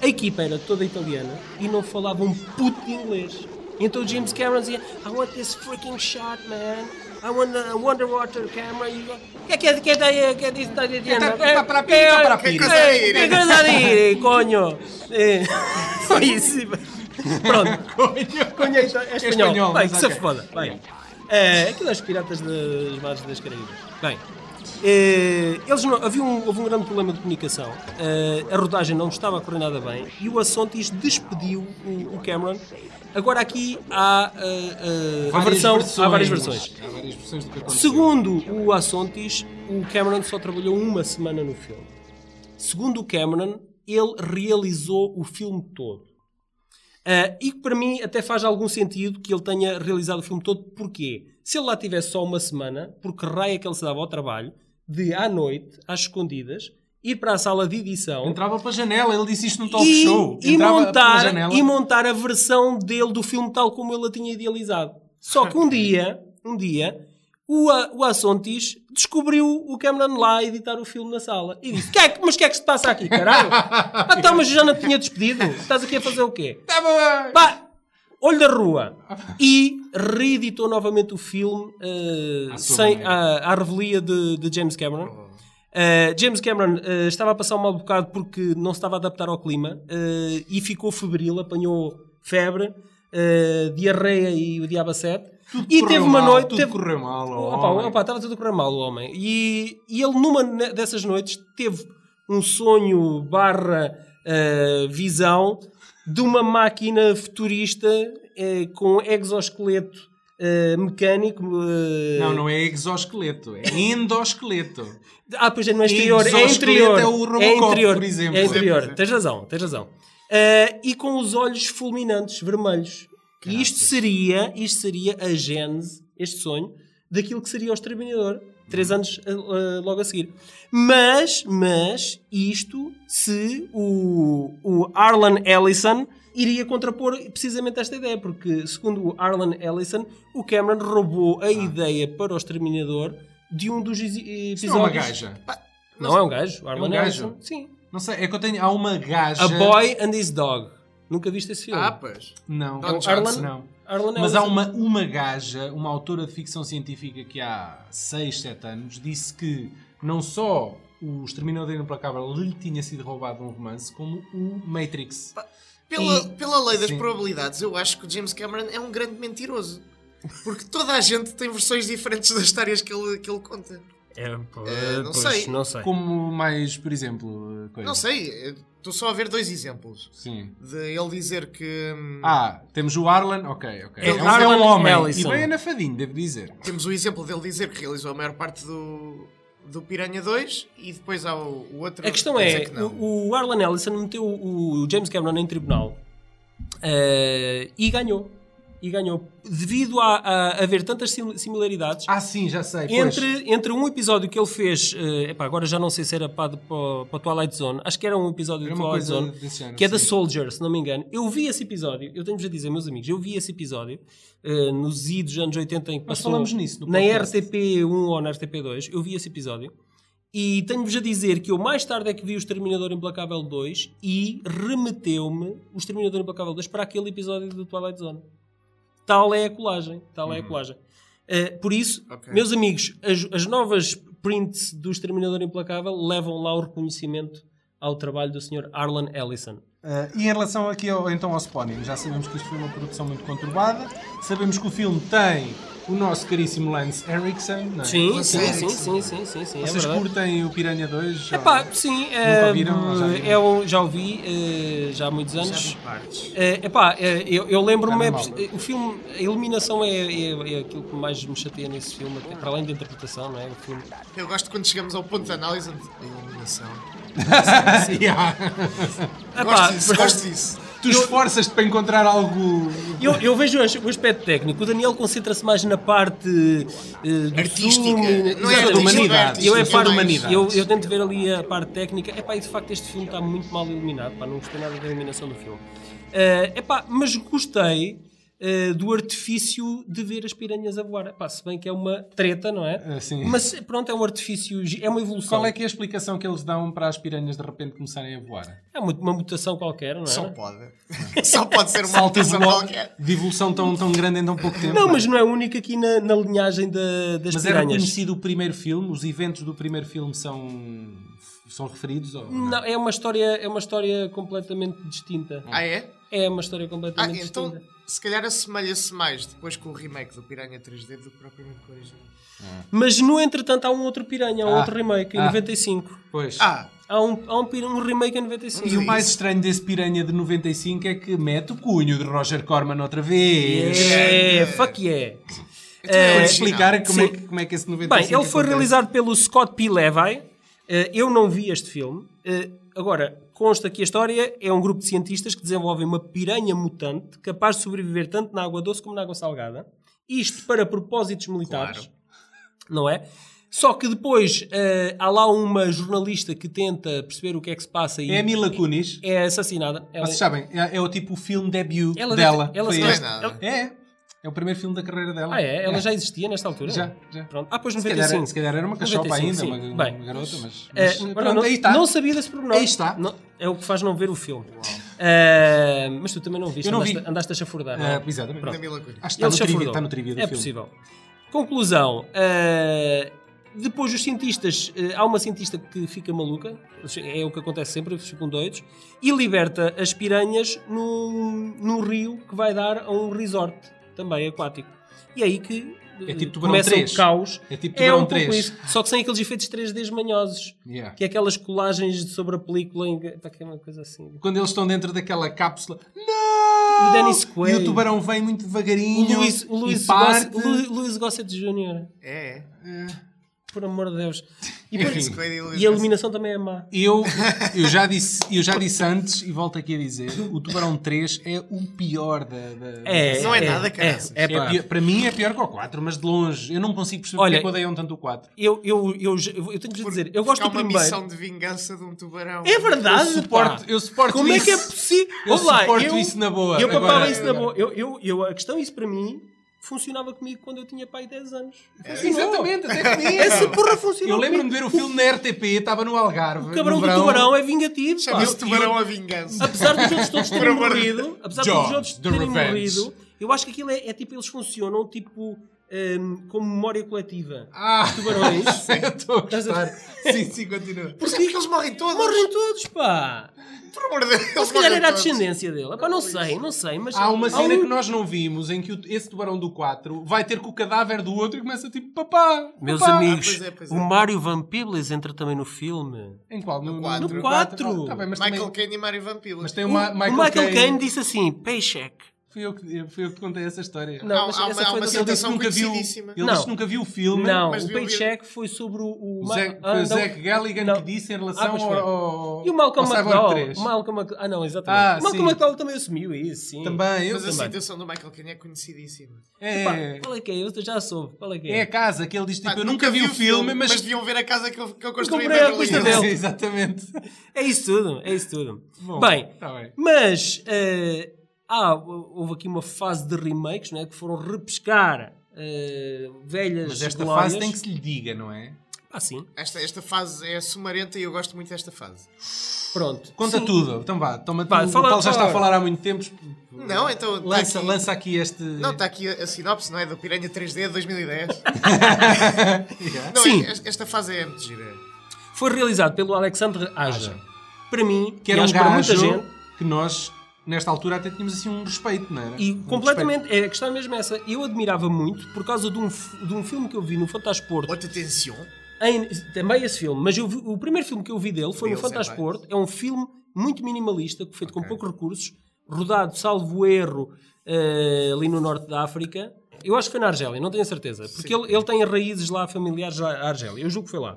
Speaker 4: A equipa era toda italiana e não falava um puto de inglês. Então James Cameron dizia: I want this freaking shot, man. I want a underwater camera. You got... Que que que daí que disso está dizendo?
Speaker 5: Tá para piri, tá para piri.
Speaker 4: Eh, Que coisa dire, coño. Eh, foi isso. Pronto. Coño é espanhol.
Speaker 5: espanhol,
Speaker 4: Vai,
Speaker 5: mas
Speaker 4: que se
Speaker 5: ok.
Speaker 4: foda. Vai. Eh, aquilo é os piratas das bases das Caraíbas. Bem. eh, eles não, havia um, houve um grande problema de comunicação. Eh, a rodagem não estava a correr nada bem e o Assontis despediu o, o Cameron. Agora aqui há, eh, eh, a versão, há várias versões.
Speaker 5: Há várias versões do que aconteceu.
Speaker 4: Segundo o Assontis, o Cameron só trabalhou uma semana no filme. Segundo o Cameron, ele realizou o filme todo. Ah, e que para mim até faz algum sentido que ele tenha realizado o filme todo. Porquê? Se ele lá tivesse só uma semana, porque raio é que ele se dava ao trabalho de, à noite, às escondidas, ir para a sala de edição
Speaker 5: Entrava para a janela, ele disse isto num talk
Speaker 4: e,
Speaker 5: show.
Speaker 4: e
Speaker 5: Entrava pela
Speaker 4: montar,
Speaker 5: janela.
Speaker 4: e montar a versão dele do filme tal como ele a tinha idealizado. Só que um dia, um dia, o, A- o Assontis descobriu o Cameron lá a editar o filme na sala e disse: "Que é que- Mas o que é que se passa aqui, caralho? Ah, então, mas eu já não te tinha despedido. Estás aqui a fazer o quê? Pá, olho da rua. E reeditou novamente o filme eh,
Speaker 5: À sua
Speaker 4: sem,
Speaker 5: maneira. Oh.
Speaker 4: à, à revelia de, de James Cameron. Eh, James Cameron eh, estava a passar um mau bocado porque não se estava a adaptar ao clima eh, e ficou febril, apanhou febre, eh, diarreia e o diabo a sete. E
Speaker 5: Correu
Speaker 4: teve uma
Speaker 5: mal,
Speaker 4: noite.
Speaker 5: Tudo
Speaker 4: teve-
Speaker 5: correu mal. oh, ao
Speaker 4: Opa,
Speaker 5: homem.
Speaker 4: opa, estava tudo a correr mal o homem. E, e ele, numa ne- dessas noites, teve um sonho barra eh, visão de uma máquina futurista eh, com exoesqueleto eh, mecânico. eh,
Speaker 5: Não, não é exoesqueleto, é endosqueleto.
Speaker 4: Ah, pois é, não é exterior, é
Speaker 5: Exoesqueleto
Speaker 4: interior.
Speaker 5: é o Robocop,
Speaker 4: interior,
Speaker 5: por exemplo.
Speaker 4: É interior, tens razão, tens razão. Eh, e com os olhos fulminantes, vermelhos. E isto seria, isto seria a gênese, este sonho, daquilo que seria o Exterminador.
Speaker 5: Uhum.
Speaker 4: Três anos eh, eh, logo a seguir. Mas, mas, isto se o, o Arlan Ellison iria contrapor precisamente esta ideia, porque, segundo o Arlan Ellison, o Cameron roubou a
Speaker 5: Ah.
Speaker 4: ideia para o Exterminador de um dos exi- episódios...
Speaker 5: Isso não é uma gaja.
Speaker 4: Não é um gajo. Arlan
Speaker 5: gajo?
Speaker 4: Ellison, sim.
Speaker 5: Não sei, é que eu tenho. Há uma gaja.
Speaker 4: A Boy and His Dog. Nunca viste esse filme?
Speaker 2: Ah, pois.
Speaker 5: Não,
Speaker 2: Don
Speaker 5: é o
Speaker 4: Johnson.
Speaker 5: não.
Speaker 4: Arlan
Speaker 5: Mas há um-
Speaker 4: Ellison.
Speaker 5: uma, uma gaja, uma autora de ficção científica que há 6, 7 anos disse que não só o Exterminador Implacável lhe tinha sido roubado um romance, como o Matrix.
Speaker 2: Pela,
Speaker 5: E-
Speaker 2: pela lei das
Speaker 5: sim.
Speaker 2: probabilidades, eu acho que o James Cameron é um grande mentiroso. Porque toda a gente tem versões diferentes das histórias que ele, que ele conta.
Speaker 4: É, pois,
Speaker 2: Eh, não
Speaker 4: não
Speaker 2: sei.
Speaker 4: sei. Não sei.
Speaker 5: Como mais, por exemplo, coisa.
Speaker 2: Não sei, eh, estou só a ver dois exemplos.
Speaker 5: Sim.
Speaker 2: De ele dizer que hum,
Speaker 5: Ah, temos o Arlan, ok, ok.
Speaker 4: É
Speaker 5: É, um-
Speaker 4: Arlan
Speaker 5: é um homem.
Speaker 4: Ellison.
Speaker 5: E bem anafadinho, devo dizer.
Speaker 2: temos o exemplo dele dizer que realizou a maior parte do, do Piranha 2 e depois há o, o outro.
Speaker 4: A questão
Speaker 2: que dizer
Speaker 4: é,
Speaker 2: que não.
Speaker 4: o o Arlan Ellison meteu o o James Cameron em tribunal eh, e ganhou. E ganhou. Devido a, a haver tantas sim- similaridades
Speaker 5: Ah, sim, já sei. pois.
Speaker 4: entre, entre um episódio que ele fez, eh, epá, agora já não sei se era para, para, para Twilight Zone, acho que era um episódio
Speaker 5: Era
Speaker 4: de
Speaker 5: uma
Speaker 4: Twilight
Speaker 5: coisa
Speaker 4: Zone,
Speaker 5: desse género,
Speaker 4: que é da
Speaker 5: sim.
Speaker 4: Soldier, se não me engano. Eu vi esse episódio, eu tenho-vos a dizer, meus amigos, eu vi esse episódio eh, nos idos dos anos 80 em que
Speaker 5: Nós
Speaker 4: passou
Speaker 5: falamos nisso no
Speaker 4: na
Speaker 5: podcast.
Speaker 4: RTP1 ou na RTP2, eu vi esse episódio. E tenho-vos a dizer que eu mais tarde é que vi o Exterminador Implacável 2 e remeteu-me o Exterminador Implacável 2 para aquele episódio do Twilight Zone. Tal é a colagem, tal é a colagem. Eh, por isso,
Speaker 2: Ok.
Speaker 4: meus amigos, as, as novas prints do Exterminador Implacável levam lá o reconhecimento ao trabalho do Sr. Arlan Ellison.
Speaker 5: Ah, e em relação aqui ao, então ao Spawning, já sabemos que isto foi uma produção muito conturbada, sabemos que o filme tem o nosso caríssimo Lance Erickson, não é?
Speaker 4: Sim, sim,
Speaker 2: sério?
Speaker 4: sim, sim, sim, sim, sim, é
Speaker 5: Vocês
Speaker 4: verdade.
Speaker 5: curtem o Piranha 2? Já?
Speaker 4: Epá, sim, eh,
Speaker 5: ouviram? Já viram?
Speaker 4: é um- já ouvi eh, já há muitos anos.
Speaker 2: Partes.
Speaker 4: É, epá, é, eu, eu lembro-me,
Speaker 5: Está na
Speaker 4: é- o filme, a iluminação é, é- é aquilo que mais me chateia nesse filme, até, para além da interpretação, não é? O filme.
Speaker 2: Eu gosto quando chegamos ao ponto de análise onde- a iluminação.
Speaker 5: Yeah.
Speaker 4: Epá,
Speaker 2: gosto disso,
Speaker 4: por acaso,
Speaker 2: gosto disso.
Speaker 5: Tu esforças-te para encontrar algo.
Speaker 4: Eu, eu vejo o as- o aspecto técnico. O Daniel concentra-se mais na parte eh, do
Speaker 2: Artística.
Speaker 4: filme,
Speaker 2: Não é
Speaker 4: exatamente.
Speaker 2: artística,
Speaker 5: humanidade.
Speaker 4: Eu, é
Speaker 2: artística,
Speaker 4: parte,
Speaker 2: é mais-
Speaker 4: humanidade. Eu, eu tento ver ali a parte técnica. Epá, e de facto este filme está muito mal iluminado. Pá, não gostei nada da iluminação do filme. Eh, epá, mas gostei eh, do artifício de ver as piranhas a voar. Epá, se bem que é uma treta, não é?
Speaker 5: Ah, sim.
Speaker 4: Mas pronto, é um artifício, gi- é uma evolução.
Speaker 5: Qual é que é a explicação que eles dão para as piranhas de repente começarem a voar?
Speaker 4: É uma, uma mutação qualquer, não é?
Speaker 2: Só pode. Só pode ser uma
Speaker 5: Saltas
Speaker 2: mutação qualquer.
Speaker 5: de evolução tão, tão grande em tão pouco tempo.
Speaker 4: Não,
Speaker 5: é?
Speaker 4: mas não é única aqui na, na linhagem da- das
Speaker 5: Mas era
Speaker 4: piranhas.
Speaker 5: conhecido o primeiro filme, os eventos do primeiro filme são, são referidos? Ou...
Speaker 4: Não, é uma história, é uma história completamente distinta.
Speaker 2: Ah, é?
Speaker 4: É uma história
Speaker 2: Ah,
Speaker 4: completamente
Speaker 2: então
Speaker 4: distinta.
Speaker 2: se calhar assemelha-se mais depois com o remake do Piranha 3D do que propriamente com o original.
Speaker 4: Mas no entretanto há um outro piranha, há um
Speaker 5: Ah.
Speaker 4: outro remake em
Speaker 5: Ah.
Speaker 4: 95.
Speaker 5: Pois.
Speaker 2: Ah,
Speaker 4: Há um, há um, pir- um remake em 95.
Speaker 5: E o mais estranho desse piranha de 95 é que mete o cunho de Roger Corman outra vez.
Speaker 4: É, fuck yeah.
Speaker 2: então é
Speaker 5: Para
Speaker 2: original.
Speaker 5: explicar como é,
Speaker 4: Sim.
Speaker 5: que, como é que esse 95
Speaker 4: Bem, ele foi
Speaker 5: acontece.
Speaker 4: realizado pelo Scott P. Levi. Eh, Eu não vi este filme. Eh, Agora, consta que a história é um grupo de cientistas que desenvolvem uma piranha mutante capaz de sobreviver tanto na água doce como na água salgada. Isto para propósitos militares. Não é? Só que depois eh, há lá uma jornalista que tenta perceber o que é que se passa e
Speaker 5: É a Mila Kunis.
Speaker 4: é assassinada. Ela-
Speaker 5: Vocês sabem, é, é o tipo o filme debut
Speaker 4: ela-
Speaker 5: dela.
Speaker 4: ela-
Speaker 5: Foi
Speaker 2: não é
Speaker 5: este.
Speaker 2: nada.
Speaker 5: É, é o primeiro filme da carreira dela.
Speaker 4: Ah, é? Ela já existia nesta altura?
Speaker 5: Já, já.
Speaker 4: Pronto. Ah, pois
Speaker 5: Se calhar,
Speaker 4: 95.
Speaker 5: se calhar era uma cachopa
Speaker 4: 95,
Speaker 5: ainda,
Speaker 4: sim.
Speaker 5: uma, uma
Speaker 4: Bem.
Speaker 5: garota, mas.
Speaker 4: É,
Speaker 5: mas
Speaker 4: não-
Speaker 5: pronto,
Speaker 4: não,
Speaker 5: aí está.
Speaker 4: não sabia desse pormenor.
Speaker 5: Aí está.
Speaker 4: Não- é o que faz não ver o filme. É, mas tu também não viste,
Speaker 5: Eu não vi.
Speaker 4: andaste, andaste a chafurdar. não é?
Speaker 5: Ah, exatamente.
Speaker 2: Da Mila Kunis.
Speaker 5: Acho que
Speaker 4: Ele
Speaker 5: está no, trivia,
Speaker 4: chafurdou.
Speaker 5: está no trivia do
Speaker 4: É
Speaker 5: filme.
Speaker 4: possível. Conclusão. eh, depois os cientistas, eh, há uma cientista que fica maluca, é o que acontece sempre, eles ficam doidos, e liberta as piranhas num, num rio que vai dar a um resort, também aquático. E é aí que
Speaker 5: É
Speaker 4: eh,
Speaker 5: tipo Tubarão
Speaker 4: começa o
Speaker 5: 3.
Speaker 4: caos.
Speaker 5: É tipo
Speaker 4: É
Speaker 5: Tubarão
Speaker 4: um pouco
Speaker 5: 3.
Speaker 4: isso, só que sem aqueles efeitos 3D manhosos
Speaker 5: Yeah.
Speaker 4: que é aquelas colagens sobre a película em... que- pá, que é uma coisa assim
Speaker 5: Quando eles estão dentro daquela cápsula. Não!
Speaker 4: O Dennis Quaid.
Speaker 5: E o tubarão vem muito
Speaker 4: o
Speaker 5: devagarinho.
Speaker 4: Luís, o Luís,
Speaker 5: e parte.
Speaker 4: Gossett, Lu- Luís Gossett Jr
Speaker 2: É, é.
Speaker 4: por amor de Deus E,
Speaker 5: Enfim.
Speaker 4: e a iluminação também é má.
Speaker 5: Eu, eu, já disse, eu já disse antes e volto aqui a dizer: o Tubarão 3 é o pior da. da-
Speaker 2: Não é nada, caraças.
Speaker 4: É, é,
Speaker 5: É
Speaker 4: pá.
Speaker 5: pior- para mim é pior que o 4, mas de longe. Eu não consigo perceber
Speaker 4: Olha,
Speaker 5: porque é que odeiam tanto o 4.
Speaker 4: Eu, eu, eu, eu, tenho de dizer, eu gosto
Speaker 2: Há
Speaker 4: do
Speaker 2: uma
Speaker 4: primeiro.
Speaker 2: missão de vingança de um tubarão.
Speaker 4: É verdade,
Speaker 5: Eu
Speaker 4: pá.
Speaker 5: suporto- eu suporto
Speaker 4: Como é que é
Speaker 5: isso.
Speaker 4: possível?
Speaker 5: Eu
Speaker 4: Ouve lá,
Speaker 5: suporto isso na boa.
Speaker 4: Eu papava
Speaker 5: Agora-
Speaker 4: isso na boa. Eu, eu, eu, a questão, é isso para mim, funcionava comigo quando eu tinha pai 10 anos. Funcionou.
Speaker 5: É. Exatamente, até comigo.
Speaker 4: Essa porra funcionou.
Speaker 5: Eu lembro-me de
Speaker 4: comigo.
Speaker 5: ver o filme na RTP, estava no Algarve.
Speaker 4: O cabrão
Speaker 5: no
Speaker 4: do
Speaker 5: verão.
Speaker 4: tubarão é vingativo. pá.
Speaker 2: Chama-se tubarão à vingança.
Speaker 4: Apesar dos outros todos terem
Speaker 2: Por amor de-
Speaker 4: morrido, apesar
Speaker 5: Jaws,
Speaker 4: dos outros
Speaker 5: The
Speaker 4: terem
Speaker 5: Revenge.
Speaker 4: morrido, eu acho que aquilo é, é tipo, eles funcionam tipo hum, como memória coletiva.
Speaker 5: Ah,
Speaker 4: Tubarões.
Speaker 5: eu estou a
Speaker 4: Estás a
Speaker 5: gostar.
Speaker 4: ver?
Speaker 5: Sim, sim, continua.
Speaker 2: Porquê que eles morrem todos?
Speaker 4: Morrem todos, pá!
Speaker 2: Por amor de Deus.
Speaker 4: Ou se calhar
Speaker 2: morrem
Speaker 4: era a
Speaker 2: todos.
Speaker 4: descendência dele. Epá, não sei, não sei, mas.
Speaker 5: Há uma cena
Speaker 4: um-
Speaker 5: que nós não vimos em que o- esse tubarão do 4 vai ter com o cadáver do outro e começa tipo, papá,
Speaker 4: Meus
Speaker 5: papá.
Speaker 4: amigos,
Speaker 2: Ah, pois é, pois é.
Speaker 4: o Mário Van Peebles entra também no filme.
Speaker 5: Em qual? No
Speaker 2: quatro.
Speaker 5: número
Speaker 4: No
Speaker 5: quatro?
Speaker 4: quatro.
Speaker 5: Ah, tá bem, mas,
Speaker 2: Michael
Speaker 5: também,
Speaker 2: Caine e Mário Van Peebles.
Speaker 5: mas tem uma,
Speaker 4: o
Speaker 5: Michael, Caine.
Speaker 4: disse assim: paycheck.
Speaker 5: Fui eu, que, fui eu que contei essa história.
Speaker 4: Não,
Speaker 2: Há-
Speaker 4: mas essa
Speaker 2: há uma- há
Speaker 4: foi
Speaker 2: uma
Speaker 4: do-
Speaker 5: Ele disse, que
Speaker 2: citação
Speaker 5: nunca viu,
Speaker 2: conhecidíssima.
Speaker 5: ele
Speaker 4: Não.
Speaker 5: disse que nunca viu o filme.
Speaker 4: Não,
Speaker 2: mas
Speaker 4: o
Speaker 2: devia ouvir-
Speaker 4: paycheck foi sobre o. o
Speaker 5: O
Speaker 4: Ma-
Speaker 5: Zac,
Speaker 4: ah,
Speaker 5: foi o
Speaker 4: não.
Speaker 5: Zac Galligan
Speaker 4: Não.
Speaker 5: que disse em
Speaker 4: Ah,
Speaker 5: relação
Speaker 4: pois foi.
Speaker 5: ao, ao,
Speaker 4: E o Malcolm
Speaker 5: ao Cyborg
Speaker 4: McDowell.
Speaker 5: 3.
Speaker 4: Malcolm Mc- Ah, não, exatamente.
Speaker 5: Ah,
Speaker 4: O Malcolm
Speaker 5: sim.
Speaker 4: McDowell também assumiu isso, sim.
Speaker 5: Também, eu
Speaker 2: Mas a
Speaker 5: também.
Speaker 2: situação do Michael Caine é conhecidíssima.
Speaker 4: Pá,
Speaker 5: É,
Speaker 4: qual é que é? Eu já soube. Qual é que
Speaker 5: é
Speaker 4: é?
Speaker 5: a casa que ele diz, tipo,
Speaker 2: Pá,
Speaker 5: eu nunca vi o filme, mas...
Speaker 2: deviam ver a casa que eu, que eu construí.
Speaker 4: comprei
Speaker 2: em
Speaker 4: à
Speaker 2: Beverly
Speaker 4: custa
Speaker 2: Hills.
Speaker 4: dele.
Speaker 5: Sim, Exatamente.
Speaker 4: É isso tudo, é isso tudo.
Speaker 5: Bom,
Speaker 4: Bem,
Speaker 5: tá bem.
Speaker 4: mas eh, há, houve aqui uma fase de remakes não é? que foram repescar eh, velhas
Speaker 5: Mas esta
Speaker 4: glórias.
Speaker 5: fase tem que se lhe diga, não é?
Speaker 4: Ah, sim.
Speaker 2: Esta, esta fase é sumarenta e eu gosto muito desta fase.
Speaker 4: Pronto.
Speaker 5: Conta
Speaker 4: Sim.
Speaker 5: tudo. Então vá, toma
Speaker 4: Pá,
Speaker 5: tudo.
Speaker 4: fala-
Speaker 5: o Paulo já está a
Speaker 4: fala.
Speaker 5: falar há muito tempo.
Speaker 2: Não, então. tá
Speaker 5: Lança,
Speaker 2: aqui-
Speaker 5: lança aqui este...
Speaker 2: Não, está aqui a, a sinopse, não é? Do Piranha 3D de 2010. Não,
Speaker 4: Sim.
Speaker 2: é- Esta fase é muito gira.
Speaker 4: Foi realizado pelo Alexandre Aja. Para mim,
Speaker 5: que era
Speaker 4: e
Speaker 5: um
Speaker 4: acho
Speaker 5: gajo
Speaker 4: para muita gente,
Speaker 5: que nós, nesta altura, até tínhamos assim um respeito, não era?
Speaker 4: E
Speaker 5: Um
Speaker 4: completamente, é, a questão é mesmo essa. Eu admirava muito por causa de um, f- de um filme que eu vi no Fantasporto.
Speaker 2: Outra tensão.
Speaker 4: Em, também esse filme, mas eu vi- o primeiro filme que eu vi dele foi no
Speaker 2: Deus é
Speaker 4: Fantasporto. É um filme muito minimalista, feito com poucos recursos, rodado, salvo erro, eh, ali no norte da África. Eu acho que foi na Argélia, não tenho a certeza. Porque ele, ele tem raízes lá familiares à à Argélia. Eu julgo que foi lá.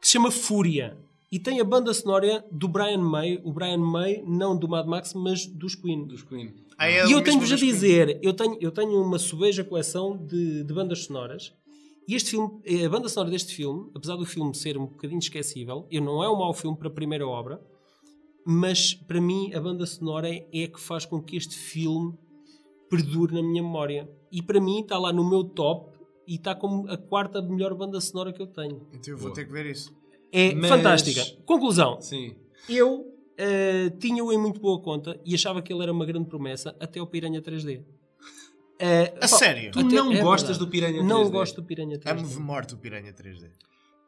Speaker 4: Que se chama Fúria. E tem a banda sonora do Brian May. O Brian May, não do Mad Max, mas dos Queen.
Speaker 5: Dos Queen.
Speaker 2: Ah,
Speaker 4: E
Speaker 2: é
Speaker 4: eu
Speaker 2: o mesmo
Speaker 4: tenho-vos a
Speaker 2: das Queen.
Speaker 4: dizer, eu tenho, eu tenho uma sobeja coleção de, de bandas sonoras e este filme, eh, a banda sonora deste filme, apesar do filme ser um bocadinho esquecível, eu não é um mau filme para a primeira obra, mas para mim a banda sonora é a que faz com que este filme perdure na minha memória. E para mim está lá no meu top e está como a quarta melhor banda sonora que eu tenho.
Speaker 2: Então eu vou ter que ver isso.
Speaker 4: É
Speaker 5: Mas-
Speaker 4: fantástica. Conclusão,
Speaker 5: Sim.
Speaker 4: eu eh, tinha-o em muito boa conta e achava que ele era uma grande promessa até o Piranha 3D. Eh,
Speaker 2: A
Speaker 4: pá,
Speaker 2: sério?
Speaker 5: Tu
Speaker 4: até-
Speaker 5: não
Speaker 4: é
Speaker 5: gostas
Speaker 4: verdade.
Speaker 5: do Piranha É 3D?
Speaker 4: Não gosto do Piranha 3D.
Speaker 2: Amo de morte o Piranha 3D.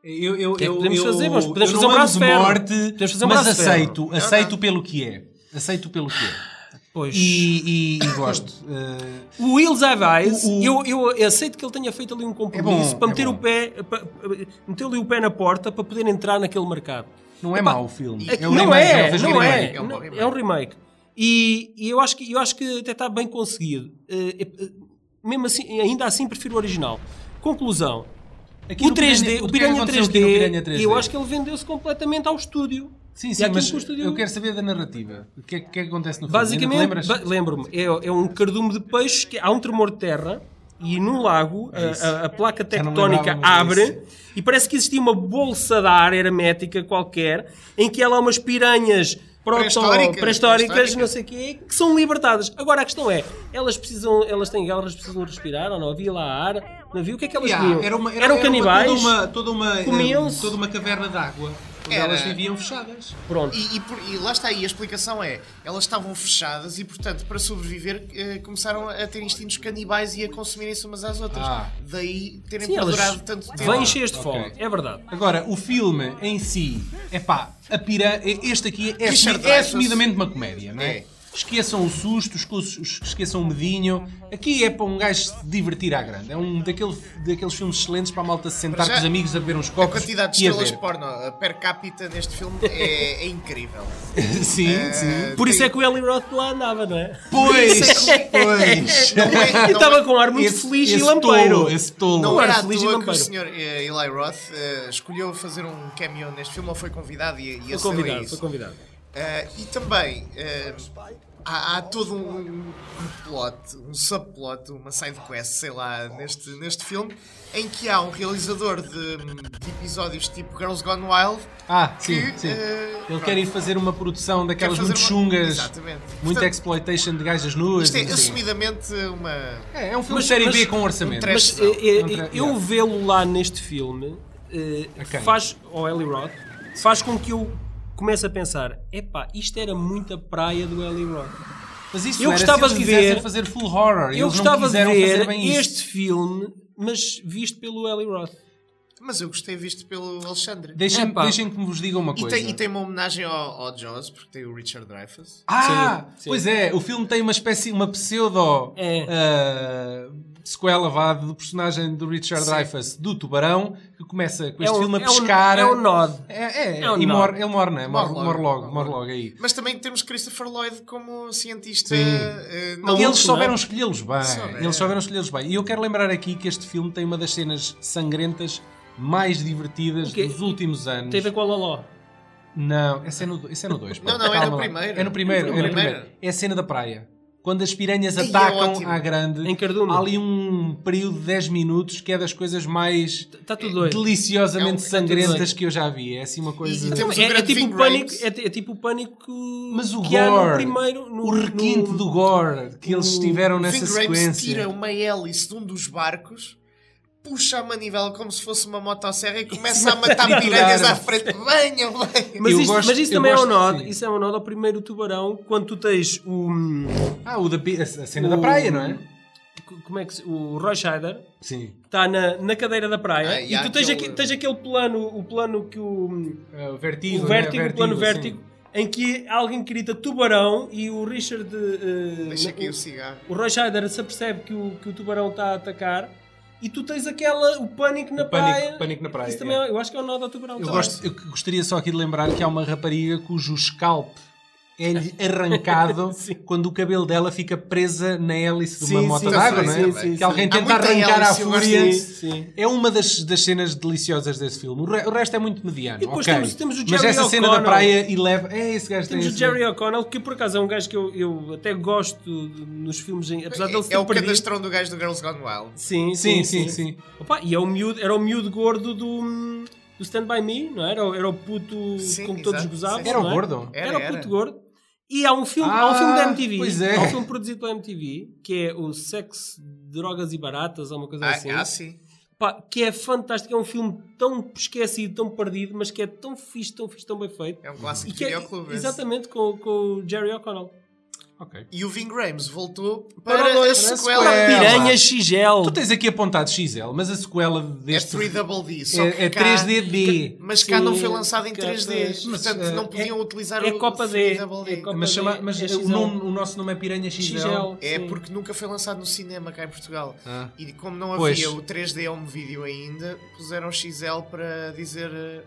Speaker 5: Eu, eu,
Speaker 4: que é que
Speaker 5: eu-
Speaker 4: podemos
Speaker 5: eu-
Speaker 4: fazer? Vamos- podemos
Speaker 5: eu
Speaker 4: fazer um
Speaker 5: não amo
Speaker 4: braço
Speaker 5: de
Speaker 4: ferro.
Speaker 5: morte,
Speaker 4: Podemos fazer um
Speaker 5: mas
Speaker 4: braço ferro. Ah,
Speaker 5: aceito,
Speaker 2: não.
Speaker 5: aceito pelo que é. Aceito pelo que é.
Speaker 4: Pois.
Speaker 5: E, e- e gosto. Eh,
Speaker 4: O Will's Have Eyes,
Speaker 5: O- o-
Speaker 4: Eu, eu- eu aceito que ele tenha feito ali um compromisso
Speaker 5: É bom,
Speaker 4: para
Speaker 5: é
Speaker 4: meter
Speaker 5: bom.
Speaker 4: o pé, para- para- meter ali o pé na porta para poder entrar naquele mercado.
Speaker 5: não é
Speaker 4: Epá,
Speaker 5: mau o filme.
Speaker 4: É que
Speaker 5: um
Speaker 4: não
Speaker 5: remake,
Speaker 4: é,
Speaker 5: fez um
Speaker 4: não
Speaker 5: remake.
Speaker 4: é,
Speaker 2: é um bom
Speaker 4: não-
Speaker 2: remake.
Speaker 4: é um remake. E, e eu, acho que, eu acho que até está bem conseguido. Eh, eh, eh, mesmo assim, ainda assim prefiro o original. Conclusão.
Speaker 5: Aqui
Speaker 4: o
Speaker 5: no
Speaker 4: 3D,
Speaker 5: o
Speaker 4: o
Speaker 5: que é que
Speaker 4: Piranha
Speaker 5: aconteceu
Speaker 4: 3D,
Speaker 5: aqui no Piranha 3D?
Speaker 4: eu acho que ele vendeu-se completamente ao estúdio.
Speaker 5: Sim,
Speaker 4: E
Speaker 5: sim,
Speaker 4: aquilo
Speaker 5: mas
Speaker 4: que o estúdio-
Speaker 5: eu quero saber da narrativa. O que é que, é que acontece no filme? Ainda te
Speaker 4: Basicamente,
Speaker 5: lembras?
Speaker 4: ba- lembro-me, é, é um cardume de peixes que há um tremor de terra e num lago a- a, a placa
Speaker 5: É Já não
Speaker 4: tectónica
Speaker 5: lembrava-me
Speaker 4: abre
Speaker 5: disso.
Speaker 4: e parece que existia uma bolsa de ar hermética qualquer em que há lá umas piranhas proto-
Speaker 2: Pré-históricas,
Speaker 4: pré-históricas,
Speaker 2: pré-históricas.
Speaker 4: não sei o quê, que são libertadas. Agora a questão é, elas precisam, elas têm elas precisam respirar ou não? Havia lá ar, não havia? O que é que elas
Speaker 5: Yeah,
Speaker 4: comiam?
Speaker 5: era uma- era-
Speaker 4: Eram
Speaker 5: era uma-
Speaker 4: canibais?
Speaker 5: toda uma, toda uma, eh,
Speaker 4: Comiam-se?
Speaker 5: toda uma caverna d'água. onde
Speaker 2: Era.
Speaker 5: Elas viviam fechadas.
Speaker 4: Pronto.
Speaker 2: E, e por- e lá está aí, a explicação é: elas estavam fechadas e, portanto, para sobreviver, eh, começaram a ter instintos canibais e a consumirem-se umas às outras.
Speaker 5: Ah.
Speaker 2: Daí terem
Speaker 4: Sim, elas
Speaker 2: perdurado tanto tempo.
Speaker 4: vêm cheias de fome,
Speaker 5: ok.
Speaker 4: é verdade.
Speaker 5: Agora, o filme em si, é pá, a pira... este aqui é,
Speaker 2: Richard
Speaker 5: assumi- é
Speaker 2: Dreyfuss.
Speaker 5: assumidamente uma comédia, não é?
Speaker 2: É.
Speaker 5: Esqueçam o susto, esco- esqueçam o medinho. Aqui é para um gajo se divertir à grande. É um daquele, daqueles filmes excelentes para a malta se sentar
Speaker 2: já,
Speaker 5: com os amigos a beber uns
Speaker 2: A
Speaker 5: copos.
Speaker 2: quantidade de
Speaker 5: e a
Speaker 2: estrelas de
Speaker 5: ver.
Speaker 2: porno a per capita neste filme é, é incrível. Ah,
Speaker 5: Sim, sim.
Speaker 4: Por isso é que o Eli Roth lá andava, não é?
Speaker 5: Pois! Pois!
Speaker 2: Não é,
Speaker 4: E
Speaker 2: não é-
Speaker 4: estava com um ar muito
Speaker 5: Esse-
Speaker 4: feliz e
Speaker 5: esse
Speaker 4: lampeiro.
Speaker 5: tolo, esse tolo.
Speaker 2: Não
Speaker 4: Claro,
Speaker 2: era à
Speaker 4: feliz e
Speaker 2: toa que o
Speaker 4: lampeiro.
Speaker 2: senhor eh, Eli Roth eh, escolheu fazer um cameo neste filme ou foi convidado e, e
Speaker 4: Foi
Speaker 2: acedeu a
Speaker 4: convidado,
Speaker 2: é isso.
Speaker 4: foi convidado.
Speaker 2: Eh, e também eh, há, há todo um, um plot, um subplot, uma sidequest, sei lá, neste, neste filme, em que há um realizador de, de episódios tipo Girls Gone Wild
Speaker 5: Ah,
Speaker 2: que
Speaker 5: sim, sim.
Speaker 2: eh,
Speaker 5: Ele
Speaker 2: pronto,
Speaker 5: quer ir fazer uma produção
Speaker 2: quer
Speaker 5: daquelas
Speaker 2: fazer
Speaker 5: muito
Speaker 2: uma-
Speaker 5: chungas,
Speaker 2: Exatamente.
Speaker 5: muita
Speaker 2: Portanto,
Speaker 5: exploitation de gajas nuas.
Speaker 2: isto é
Speaker 5: não sei.
Speaker 2: assumidamente uma.
Speaker 5: É, é um filme
Speaker 4: Mas-
Speaker 5: de série
Speaker 4: mas-
Speaker 5: B com orçamento.
Speaker 2: um
Speaker 4: Mas
Speaker 2: Não,
Speaker 4: eh, eh,
Speaker 5: não tra-
Speaker 4: eu
Speaker 5: yeah.
Speaker 4: vê-lo lá neste filme eh,
Speaker 5: Ok.
Speaker 4: faz, ou Eli Roth, faz com que eu comece a pensar: epá, isto era muita praia do Eli Roth.
Speaker 5: Mas isso
Speaker 4: Eu
Speaker 5: era
Speaker 4: gostava
Speaker 5: se
Speaker 4: de
Speaker 5: eles quisessem
Speaker 4: ver-
Speaker 5: fazer full horror.
Speaker 4: Eu
Speaker 5: eles não
Speaker 4: gostava de
Speaker 5: quiseram fazer
Speaker 4: ver
Speaker 5: bem isso.
Speaker 4: este filme, mas visto pelo Eli Roth.
Speaker 2: Mas eu gostei visto pelo Alexandre.
Speaker 5: Deixem,
Speaker 4: Epá.
Speaker 5: deixem que me vos diga uma
Speaker 2: E
Speaker 5: coisa.
Speaker 4: é?
Speaker 2: tem, e tem uma homenagem ao, ao Jaws, porque tem o Richard Dreyfuss.
Speaker 5: Ah,
Speaker 4: Sim, sim.
Speaker 5: pois é, o filme tem uma espécie, uma pseudo
Speaker 4: É.
Speaker 5: ah, sequela vá, do personagem do Richard Dreyfuss do Tubarão, que começa com este filme a pescar.
Speaker 4: É um, é um nod.
Speaker 5: É, é,
Speaker 4: É um
Speaker 5: e
Speaker 4: nó.
Speaker 5: morre, ele morre, não é? Morre,
Speaker 2: Morre
Speaker 5: morre
Speaker 2: logo, morre
Speaker 5: logo, morre logo aí.
Speaker 2: Mas também temos Christopher Lloyd como cientista.
Speaker 5: Sim.
Speaker 2: eh,
Speaker 5: Não,
Speaker 2: não
Speaker 5: eles
Speaker 4: não. é?
Speaker 5: souberam escolhê-los bem.
Speaker 2: Souberam.
Speaker 5: Eles souberam escolhê-los bem. E eu quero lembrar aqui que este filme tem uma das cenas sangrentas mais divertidas
Speaker 4: O quê?
Speaker 5: dos últimos anos.
Speaker 4: Tem a ver com a Loló.
Speaker 5: Não, esse é no 2. Não,
Speaker 2: Não, não, é no primeiro.
Speaker 5: É no
Speaker 2: No
Speaker 5: primeiro, é no
Speaker 2: primeiro.
Speaker 5: primeiro. É a cena da praia. Quando as piranhas
Speaker 2: Ai, é
Speaker 5: atacam
Speaker 2: ótimo.
Speaker 5: à grande,
Speaker 4: Em Cardume.
Speaker 5: há ali um período de 10 minutos que é das coisas mais
Speaker 4: Está Tá tudo doido.
Speaker 5: deliciosamente
Speaker 2: É um- é tudo
Speaker 5: sangrentas
Speaker 4: doido.
Speaker 5: que eu já vi. É assim uma coisa.
Speaker 2: E- e temos-
Speaker 4: É,
Speaker 2: um
Speaker 4: é
Speaker 2: grande
Speaker 4: tipo
Speaker 2: Ving
Speaker 4: o pânico,
Speaker 2: Rhames.
Speaker 4: é, é tipo o pânico
Speaker 5: Mas o
Speaker 4: que há no
Speaker 5: gore,
Speaker 4: primeiro, no,
Speaker 5: o requinte
Speaker 4: no-
Speaker 5: do gore que eles tiveram
Speaker 4: é?
Speaker 5: nessa
Speaker 2: Ving Rhames
Speaker 5: sequência.
Speaker 2: tira uma hélice de um dos barcos, puxa a manivela como se fosse uma motosserra e começa a matar piranhas à frente. Venham, venham.
Speaker 4: Mas,
Speaker 5: Eu
Speaker 4: isto,
Speaker 5: gosto-
Speaker 4: mas isso
Speaker 5: eu
Speaker 4: também é um
Speaker 5: gosto-
Speaker 4: nod.
Speaker 5: sim.
Speaker 4: Isso é um nod ao primeiro tubarão, quando tu tens o. hum,
Speaker 5: Ah, o da, pi- a a cena
Speaker 4: o-
Speaker 5: da praia, não é?
Speaker 4: co- Como é que se- O Roy Scheider
Speaker 5: Sim.
Speaker 4: está na, na cadeira da praia
Speaker 2: Ah, e
Speaker 4: e
Speaker 2: há
Speaker 4: tu tens
Speaker 2: aquele-
Speaker 4: aquele... tens aquele plano, o plano que o. hum,
Speaker 5: É, O vertigo,
Speaker 4: O
Speaker 5: né?
Speaker 4: vértigo, o plano
Speaker 5: sim.
Speaker 4: vértigo, em que alguém grita tubarão e o Richard. eh,
Speaker 2: Deixa
Speaker 4: na-
Speaker 2: aqui o cigarro.
Speaker 4: o Roy Scheider se apercebe que o, que o tubarão está a atacar e tu tens aquela, o pânico na
Speaker 5: O pânico-
Speaker 4: praia.
Speaker 5: pânico na praia,
Speaker 4: Isso também
Speaker 5: é.
Speaker 4: é- eu acho que é o nó do tubarão.
Speaker 5: Eu,
Speaker 4: também.
Speaker 5: gosto, eu gostaria só aqui de lembrar que há uma rapariga cujo scalp é-lhe arrancado
Speaker 4: Sim.
Speaker 5: quando o cabelo dela fica presa na hélice de
Speaker 4: Sim,
Speaker 5: uma moto
Speaker 4: sim,
Speaker 5: d'água,
Speaker 2: sim,
Speaker 5: não
Speaker 2: sim,
Speaker 5: é?
Speaker 4: sim,
Speaker 5: que alguém
Speaker 2: sim. Há
Speaker 5: tenta
Speaker 2: muita
Speaker 5: arrancar à
Speaker 2: hélice, eu gosto
Speaker 5: fúria.
Speaker 4: disso. Sim.
Speaker 5: É uma das, das cenas deliciosas desse filme. O, re- o resto é muito mediano.
Speaker 4: E depois
Speaker 5: ok.
Speaker 4: temos- temos o
Speaker 5: Mas
Speaker 4: Jerry
Speaker 5: essa cena da
Speaker 4: O'Connell.
Speaker 5: praia eleva. É, esse
Speaker 4: Temos
Speaker 5: gajo tem
Speaker 4: o tipo
Speaker 5: esse-
Speaker 4: Jerry O'Connell, que por acaso é um gajo que eu, eu até gosto de- nos filmes, em- apesar dele
Speaker 2: É, é
Speaker 4: ser
Speaker 2: o
Speaker 4: perdido.
Speaker 2: cadastrão do gajo do Girls Gone Wild.
Speaker 4: Sim,
Speaker 5: Sim, sim, sim.
Speaker 4: Opa, e é o miúdo, era o miúdo gordo do, do Stand By Me, não é? era? o- Era o puto
Speaker 2: Sim,
Speaker 4: com que todos
Speaker 2: exato.
Speaker 4: gozavam.
Speaker 5: Era o
Speaker 4: não é?
Speaker 5: gordo?
Speaker 2: Era,
Speaker 4: Era, o
Speaker 2: era.
Speaker 4: puto gordo. E há um filme, há um filme da
Speaker 5: Ah,
Speaker 4: MTV.
Speaker 5: pois é.
Speaker 4: Há um filme produzido pela MTV que é o Sexo, Drogas e Baratas, ou uma coisa
Speaker 2: Ah,
Speaker 4: assim.
Speaker 2: ah, sim.
Speaker 4: Pá, que é fantástico. É um filme tão esquecido, tão perdido, mas que é tão fixe, tão fixe, tão bem feito.
Speaker 2: É um clássico
Speaker 4: E que é-
Speaker 2: videoclube. esse.
Speaker 4: exatamente com, com o Jerry O'Connell.
Speaker 5: Ok.
Speaker 2: E o Ving Rhames voltou para,
Speaker 4: Para
Speaker 2: a
Speaker 4: o-
Speaker 2: sequela.
Speaker 5: para a
Speaker 2: dela.
Speaker 4: Piranha Xigel.
Speaker 5: Tu tens aqui apontado XL, mas a sequela
Speaker 2: É
Speaker 5: deste.
Speaker 2: 3 double D, só que
Speaker 5: é, é
Speaker 2: cá-
Speaker 5: 3DD.
Speaker 2: Mas cá não foi
Speaker 4: Sim,
Speaker 2: lançado em
Speaker 4: cá
Speaker 2: 3D,
Speaker 4: pois. Mas,
Speaker 2: portanto
Speaker 5: eh,
Speaker 2: não podiam utilizar
Speaker 4: é
Speaker 2: o
Speaker 4: Copa D,
Speaker 2: 3 double D.
Speaker 4: é Copa-
Speaker 5: Mas, chama- mas
Speaker 4: É
Speaker 5: o,
Speaker 4: XL.
Speaker 5: nome- o nosso nome é Piranha XL.
Speaker 4: Xigel.
Speaker 2: É
Speaker 4: sim.
Speaker 2: porque nunca foi lançado no cinema cá em Portugal.
Speaker 5: Ah.
Speaker 2: E como não
Speaker 5: Pois.
Speaker 2: havia o 3D home video ainda, puseram XL para dizer eh,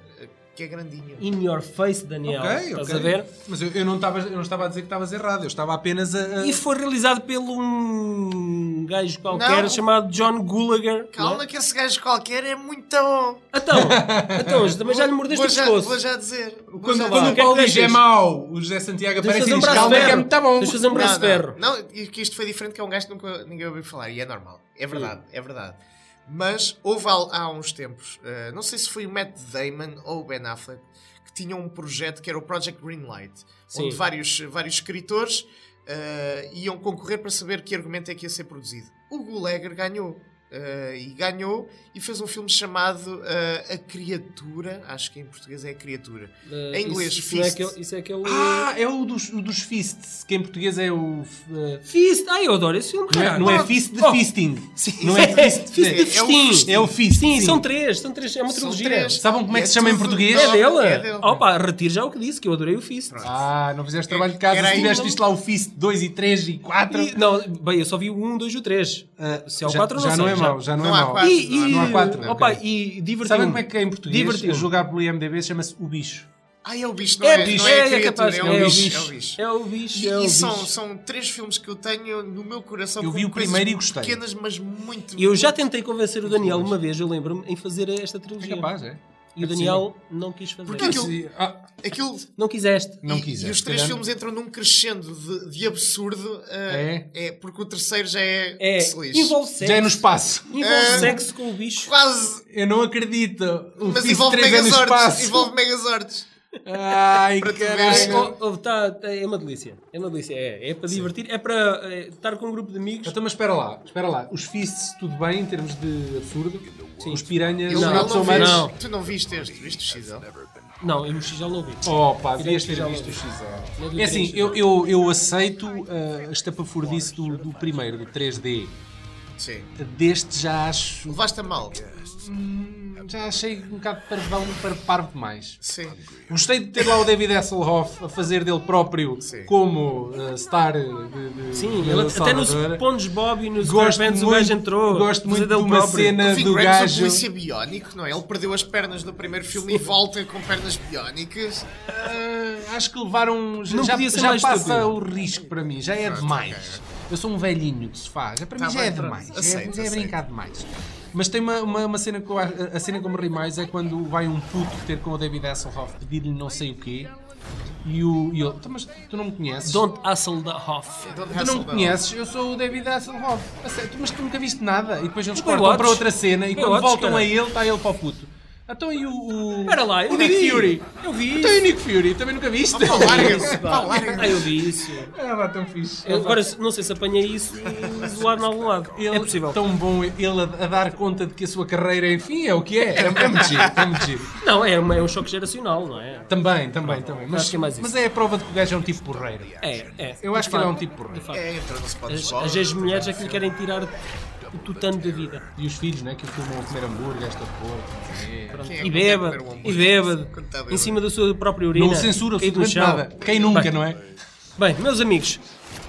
Speaker 2: que é grandinho.
Speaker 4: In your face, Daniel.
Speaker 5: Ok,
Speaker 4: Estás
Speaker 5: ok.
Speaker 4: a ver?
Speaker 5: Mas eu, eu não estava, eu não estava a dizer que estavas errado, eu estava apenas a. a-
Speaker 4: E foi realizado pelo um gajo qualquer
Speaker 2: Não.
Speaker 4: chamado John Gulager. é?
Speaker 2: Calma que esse gajo qualquer é muito bom.
Speaker 4: Então, então, também já lhe mordeste
Speaker 2: Vou
Speaker 4: o
Speaker 2: já,
Speaker 4: pescoço.
Speaker 2: vou já dizer. Vou já
Speaker 5: Quando,
Speaker 2: dizer.
Speaker 4: O
Speaker 5: quando o
Speaker 4: que é que
Speaker 5: Paulo diz
Speaker 4: deixas?
Speaker 5: é mau, o José Santiago
Speaker 4: Deixa eu
Speaker 5: aparece e
Speaker 4: fazer um
Speaker 5: diz
Speaker 4: braço de
Speaker 5: calma que é
Speaker 4: ferro.
Speaker 2: tá
Speaker 5: muito bom.
Speaker 4: Deixa eu fazer um braço de ferro.
Speaker 2: Não, e que isto foi diferente, que é um gajo que nunca ninguém ouviu falar, e é normal, é verdade,
Speaker 4: Hum.
Speaker 2: é verdade. Mas houve al- há uns tempos, eh, não sei se foi o Matt Damon ou o Ben Affleck, que tinham um projeto que era o Project Greenlight,
Speaker 4: Sim.
Speaker 2: onde vários, vários escritores eh, iam concorrer para saber que argumento é que ia ser produzido. O Gulager ganhou. eh, e ganhou, e fez um filme chamado eh, A Criatura, acho que em português é A Criatura.
Speaker 4: Eh,
Speaker 2: em inglês,
Speaker 4: isso, isso não é
Speaker 2: Fist.
Speaker 4: aquele, isso é aquele.
Speaker 5: Ah, é o dos, o dos fists, que em português é o. eh,
Speaker 4: Fist! Ai, eu adoro esse filme.
Speaker 5: não, é,
Speaker 4: caralho.
Speaker 5: não é fist de
Speaker 4: Oh,
Speaker 5: fisting. Não é fist,
Speaker 4: Fist de
Speaker 2: é o
Speaker 4: Fisting.
Speaker 5: É o fist.
Speaker 4: Sim,
Speaker 5: sim.
Speaker 4: são três, são três, é uma
Speaker 2: São
Speaker 4: trilogia.
Speaker 2: três.
Speaker 5: Sabem como é que
Speaker 2: E
Speaker 5: se chama em
Speaker 2: tudo-
Speaker 5: português?
Speaker 4: É dele?
Speaker 2: É dele.
Speaker 4: Opa, retiro já o que disse, que eu adorei o Fist.
Speaker 5: Ah, não fizeste trabalho de casa.
Speaker 2: Era
Speaker 5: Se
Speaker 2: aí
Speaker 5: tiveste
Speaker 2: um-
Speaker 5: visto lá o fist 2 e 3 e 4.
Speaker 4: E- não, bem, eu só vi o 1, 2 e o 3. Se é o
Speaker 5: já,
Speaker 4: 4, não
Speaker 5: já
Speaker 4: sei.
Speaker 5: não é mau, já não,
Speaker 2: Não
Speaker 5: é
Speaker 2: há
Speaker 5: mau.
Speaker 2: quatro.
Speaker 4: E, e,
Speaker 5: Não há quatro, é
Speaker 4: Opa,
Speaker 5: ok.
Speaker 4: e divertido.
Speaker 5: Sabem como é que em português
Speaker 4: Divertiu-me.
Speaker 5: a jogar pelo IMDB chama-se O Bicho?
Speaker 2: Ah, é o bicho, não é,
Speaker 4: bicho,
Speaker 2: não é, a
Speaker 4: é, é
Speaker 2: criatura,
Speaker 4: capaz,
Speaker 2: é,
Speaker 4: é
Speaker 2: o
Speaker 4: o
Speaker 2: bicho. É o
Speaker 4: bicho.
Speaker 2: bicho.
Speaker 4: É o bicho,
Speaker 2: E,
Speaker 4: é o
Speaker 2: e são,
Speaker 4: bicho.
Speaker 2: são três filmes que eu tenho no meu coração.
Speaker 5: Eu
Speaker 2: com
Speaker 5: vi o
Speaker 2: coisas
Speaker 5: primeiro e gostei.
Speaker 2: Pequenas, mas muito.
Speaker 4: Eu já
Speaker 2: muito-
Speaker 4: tentei convencer o Daniel uma vez, eu lembro-me, em fazer esta
Speaker 5: É
Speaker 4: trilogia.
Speaker 5: capaz, é?
Speaker 4: E o Daniel não quis fazer.
Speaker 2: Porquê que eu-
Speaker 5: Se- ah,
Speaker 2: Aquilo
Speaker 4: Não quiseste.
Speaker 5: não
Speaker 2: E-
Speaker 5: quis.
Speaker 2: E,
Speaker 5: é,
Speaker 2: os
Speaker 5: se
Speaker 2: três
Speaker 5: calhar-
Speaker 2: filmes entram num crescendo de, de absurdo. uh,
Speaker 5: É?
Speaker 2: Porque o terceiro já é,
Speaker 4: É,
Speaker 2: que se lixe.
Speaker 4: envolve sexo.
Speaker 5: Já é no É. espaço.
Speaker 4: Envolve
Speaker 2: Ah.
Speaker 4: sexo com o bicho.
Speaker 2: Quase!
Speaker 5: Eu não acredito. O
Speaker 2: Mas
Speaker 5: fist
Speaker 2: envolve
Speaker 5: 3 é no
Speaker 2: Megazords.
Speaker 5: espaço.
Speaker 2: Envolve Megazords.
Speaker 5: Ai,
Speaker 2: Para te
Speaker 5: caralho.
Speaker 2: ver.
Speaker 4: Oh, oh, tá, é uma delícia. É uma delícia. É, é para divertir, é para é, estar com um grupo de amigos.
Speaker 5: Então, mas espera lá, espera lá. Os fists, tudo bem em termos de absurdo? Os piranhas,
Speaker 2: Eu
Speaker 5: os
Speaker 4: não,
Speaker 5: gatos
Speaker 4: sou
Speaker 2: vi-
Speaker 5: humanos?
Speaker 4: não.
Speaker 2: Tu não viste este, viste o XL.
Speaker 4: Não, eu no X já não ouvi.
Speaker 5: Oh pá,
Speaker 4: Irei
Speaker 5: devias ter
Speaker 4: pesquisar
Speaker 5: visto o
Speaker 4: logo.
Speaker 5: XL.
Speaker 4: Não vi
Speaker 5: É assim,
Speaker 4: três.
Speaker 5: eu, eu, eu aceito ah, a estapafurdice do, do primeiro, do 3D.
Speaker 2: Sim.
Speaker 5: Deste já acho.
Speaker 2: Levaste a mal.
Speaker 5: Já achei um bocado parvão para parvo demais.
Speaker 2: Sim.
Speaker 5: Gostei de ter lá o David Hasselhoff a fazer dele próprio
Speaker 2: Sim.
Speaker 5: como ah, star de, de
Speaker 4: Sim,
Speaker 5: de
Speaker 4: ele, até no
Speaker 5: Salvador.
Speaker 4: SpongeBob e no
Speaker 5: Gosto
Speaker 4: SquarePants o
Speaker 5: muito-
Speaker 4: gajo entrou.
Speaker 5: gosto muito
Speaker 4: fazer dele
Speaker 5: de uma
Speaker 4: próprio.
Speaker 5: cena-
Speaker 2: O Vin
Speaker 5: do
Speaker 2: Grams,
Speaker 5: gajo.
Speaker 2: o polícia biónico, não é? Ele perdeu as pernas no primeiro filme e volta com pernas biónicas.
Speaker 5: Ah, acho que levaram. Já,
Speaker 4: Não
Speaker 5: já-
Speaker 4: podia ser
Speaker 5: já
Speaker 4: mais
Speaker 5: passa
Speaker 4: estúpido.
Speaker 5: o risco para mim, já é demais. Eu sou um velhinho de sofá, já para
Speaker 2: Tá
Speaker 5: mim já
Speaker 2: bem,
Speaker 5: é
Speaker 2: pronto.
Speaker 5: demais. já é-
Speaker 2: Aceito,
Speaker 5: já é,
Speaker 2: aceito.
Speaker 5: brincar demais. Mas tem uma, uma, uma cena que eu, acho- a cena que eu me ri mais é quando vai um puto ter com o David Hasselhoff pedir-lhe não sei o quê e o. E ele, "Então, mas tu não me conheces?
Speaker 4: Don't hustle the Hoff.
Speaker 5: Tu não me conheces, eu sou o David Hasselhoff. A sério, tu- mas tu nunca viste nada. E depois eles
Speaker 4: Baywatch.
Speaker 5: cortam para outra cena e quando
Speaker 4: Baywatch,
Speaker 5: voltam
Speaker 4: caralho.
Speaker 5: a ele, está ele para o puto. Então e o. o-
Speaker 4: Espera lá, eu
Speaker 5: o Nick
Speaker 4: vi.
Speaker 5: Fury.
Speaker 4: Eu vi
Speaker 5: Então e o
Speaker 4: isso.
Speaker 5: Nick Fury, também nunca viste?
Speaker 2: Pá, larga-se, pá, larga-se.
Speaker 4: Ah, eu vi isso.
Speaker 5: Ah, vá, tão fixe.
Speaker 4: Eu Agora não sei se apanhei isso do lado em algum lado.
Speaker 5: Ele- então-
Speaker 4: é possível.
Speaker 5: Tão bom ele a, a dar conta de que a sua carreira, enfim, é o que é. É, é muito giro, é muito giro.
Speaker 4: Não, é, uma- é um choque geracional, não é?
Speaker 5: Também, também, também. Mas,
Speaker 4: Acho que é mais isso.
Speaker 5: mas é a prova de que o gajo é um tipo porreiro.
Speaker 4: É, é.
Speaker 5: Eu acho que ele é um tipo
Speaker 4: De
Speaker 5: porreiro.
Speaker 4: facto.
Speaker 2: É, entrou no
Speaker 4: As,
Speaker 2: SpongeBob.
Speaker 4: as ex-mulheres é que lhe querem tirar
Speaker 5: tipo
Speaker 4: o tutano da vida.
Speaker 5: E os filhos, né? Que filmam a comer hambúrguer, esta
Speaker 4: E beba,
Speaker 2: Quem é que não quer comer
Speaker 5: porra. tipo
Speaker 2: um hambúrguer?
Speaker 4: e beba,
Speaker 2: Quando está bêbado.
Speaker 4: em cima da sua própria urina.
Speaker 5: Não censura
Speaker 4: caído no
Speaker 5: absolutamente
Speaker 4: chão.
Speaker 5: nada. Quem nunca,
Speaker 4: Bem,
Speaker 5: não é?
Speaker 4: Bem, meus amigos,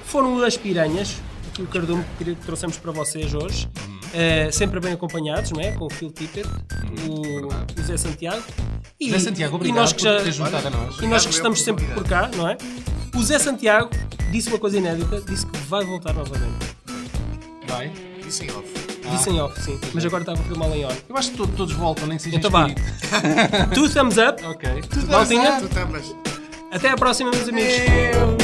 Speaker 4: foram as piranhas, aqui o cardume que queria- que trouxemos para vocês hoje.
Speaker 5: Uhum.
Speaker 4: Eh, sempre bem acompanhados, não é? Com o Phil Tippett, o, o Zé Santiago. E,
Speaker 5: Uhum. É Zé Santiago,
Speaker 4: e
Speaker 5: obrigado
Speaker 4: nós que já-
Speaker 5: por teres juntado a nós.
Speaker 4: E nós
Speaker 2: Obrigado
Speaker 4: que
Speaker 2: eu
Speaker 4: estamos
Speaker 2: por
Speaker 4: sempre por cá, não é? O Zé Santiago disse uma coisa inédita, disse que vai voltar novamente.
Speaker 5: Vai. Então
Speaker 2: Isso é em off.
Speaker 5: Ah.
Speaker 4: Disse em off, sim. Mas agora está a confirmar lá em on.
Speaker 5: Eu acho que to- todos voltam, nem que seja
Speaker 4: Então vá.
Speaker 5: espírito.
Speaker 4: Two thumbs up.
Speaker 5: Ok.
Speaker 2: Tu
Speaker 4: Maltinha?
Speaker 2: ah, tu tá, também.
Speaker 4: Até à próxima, meus amigos.
Speaker 5: Eu-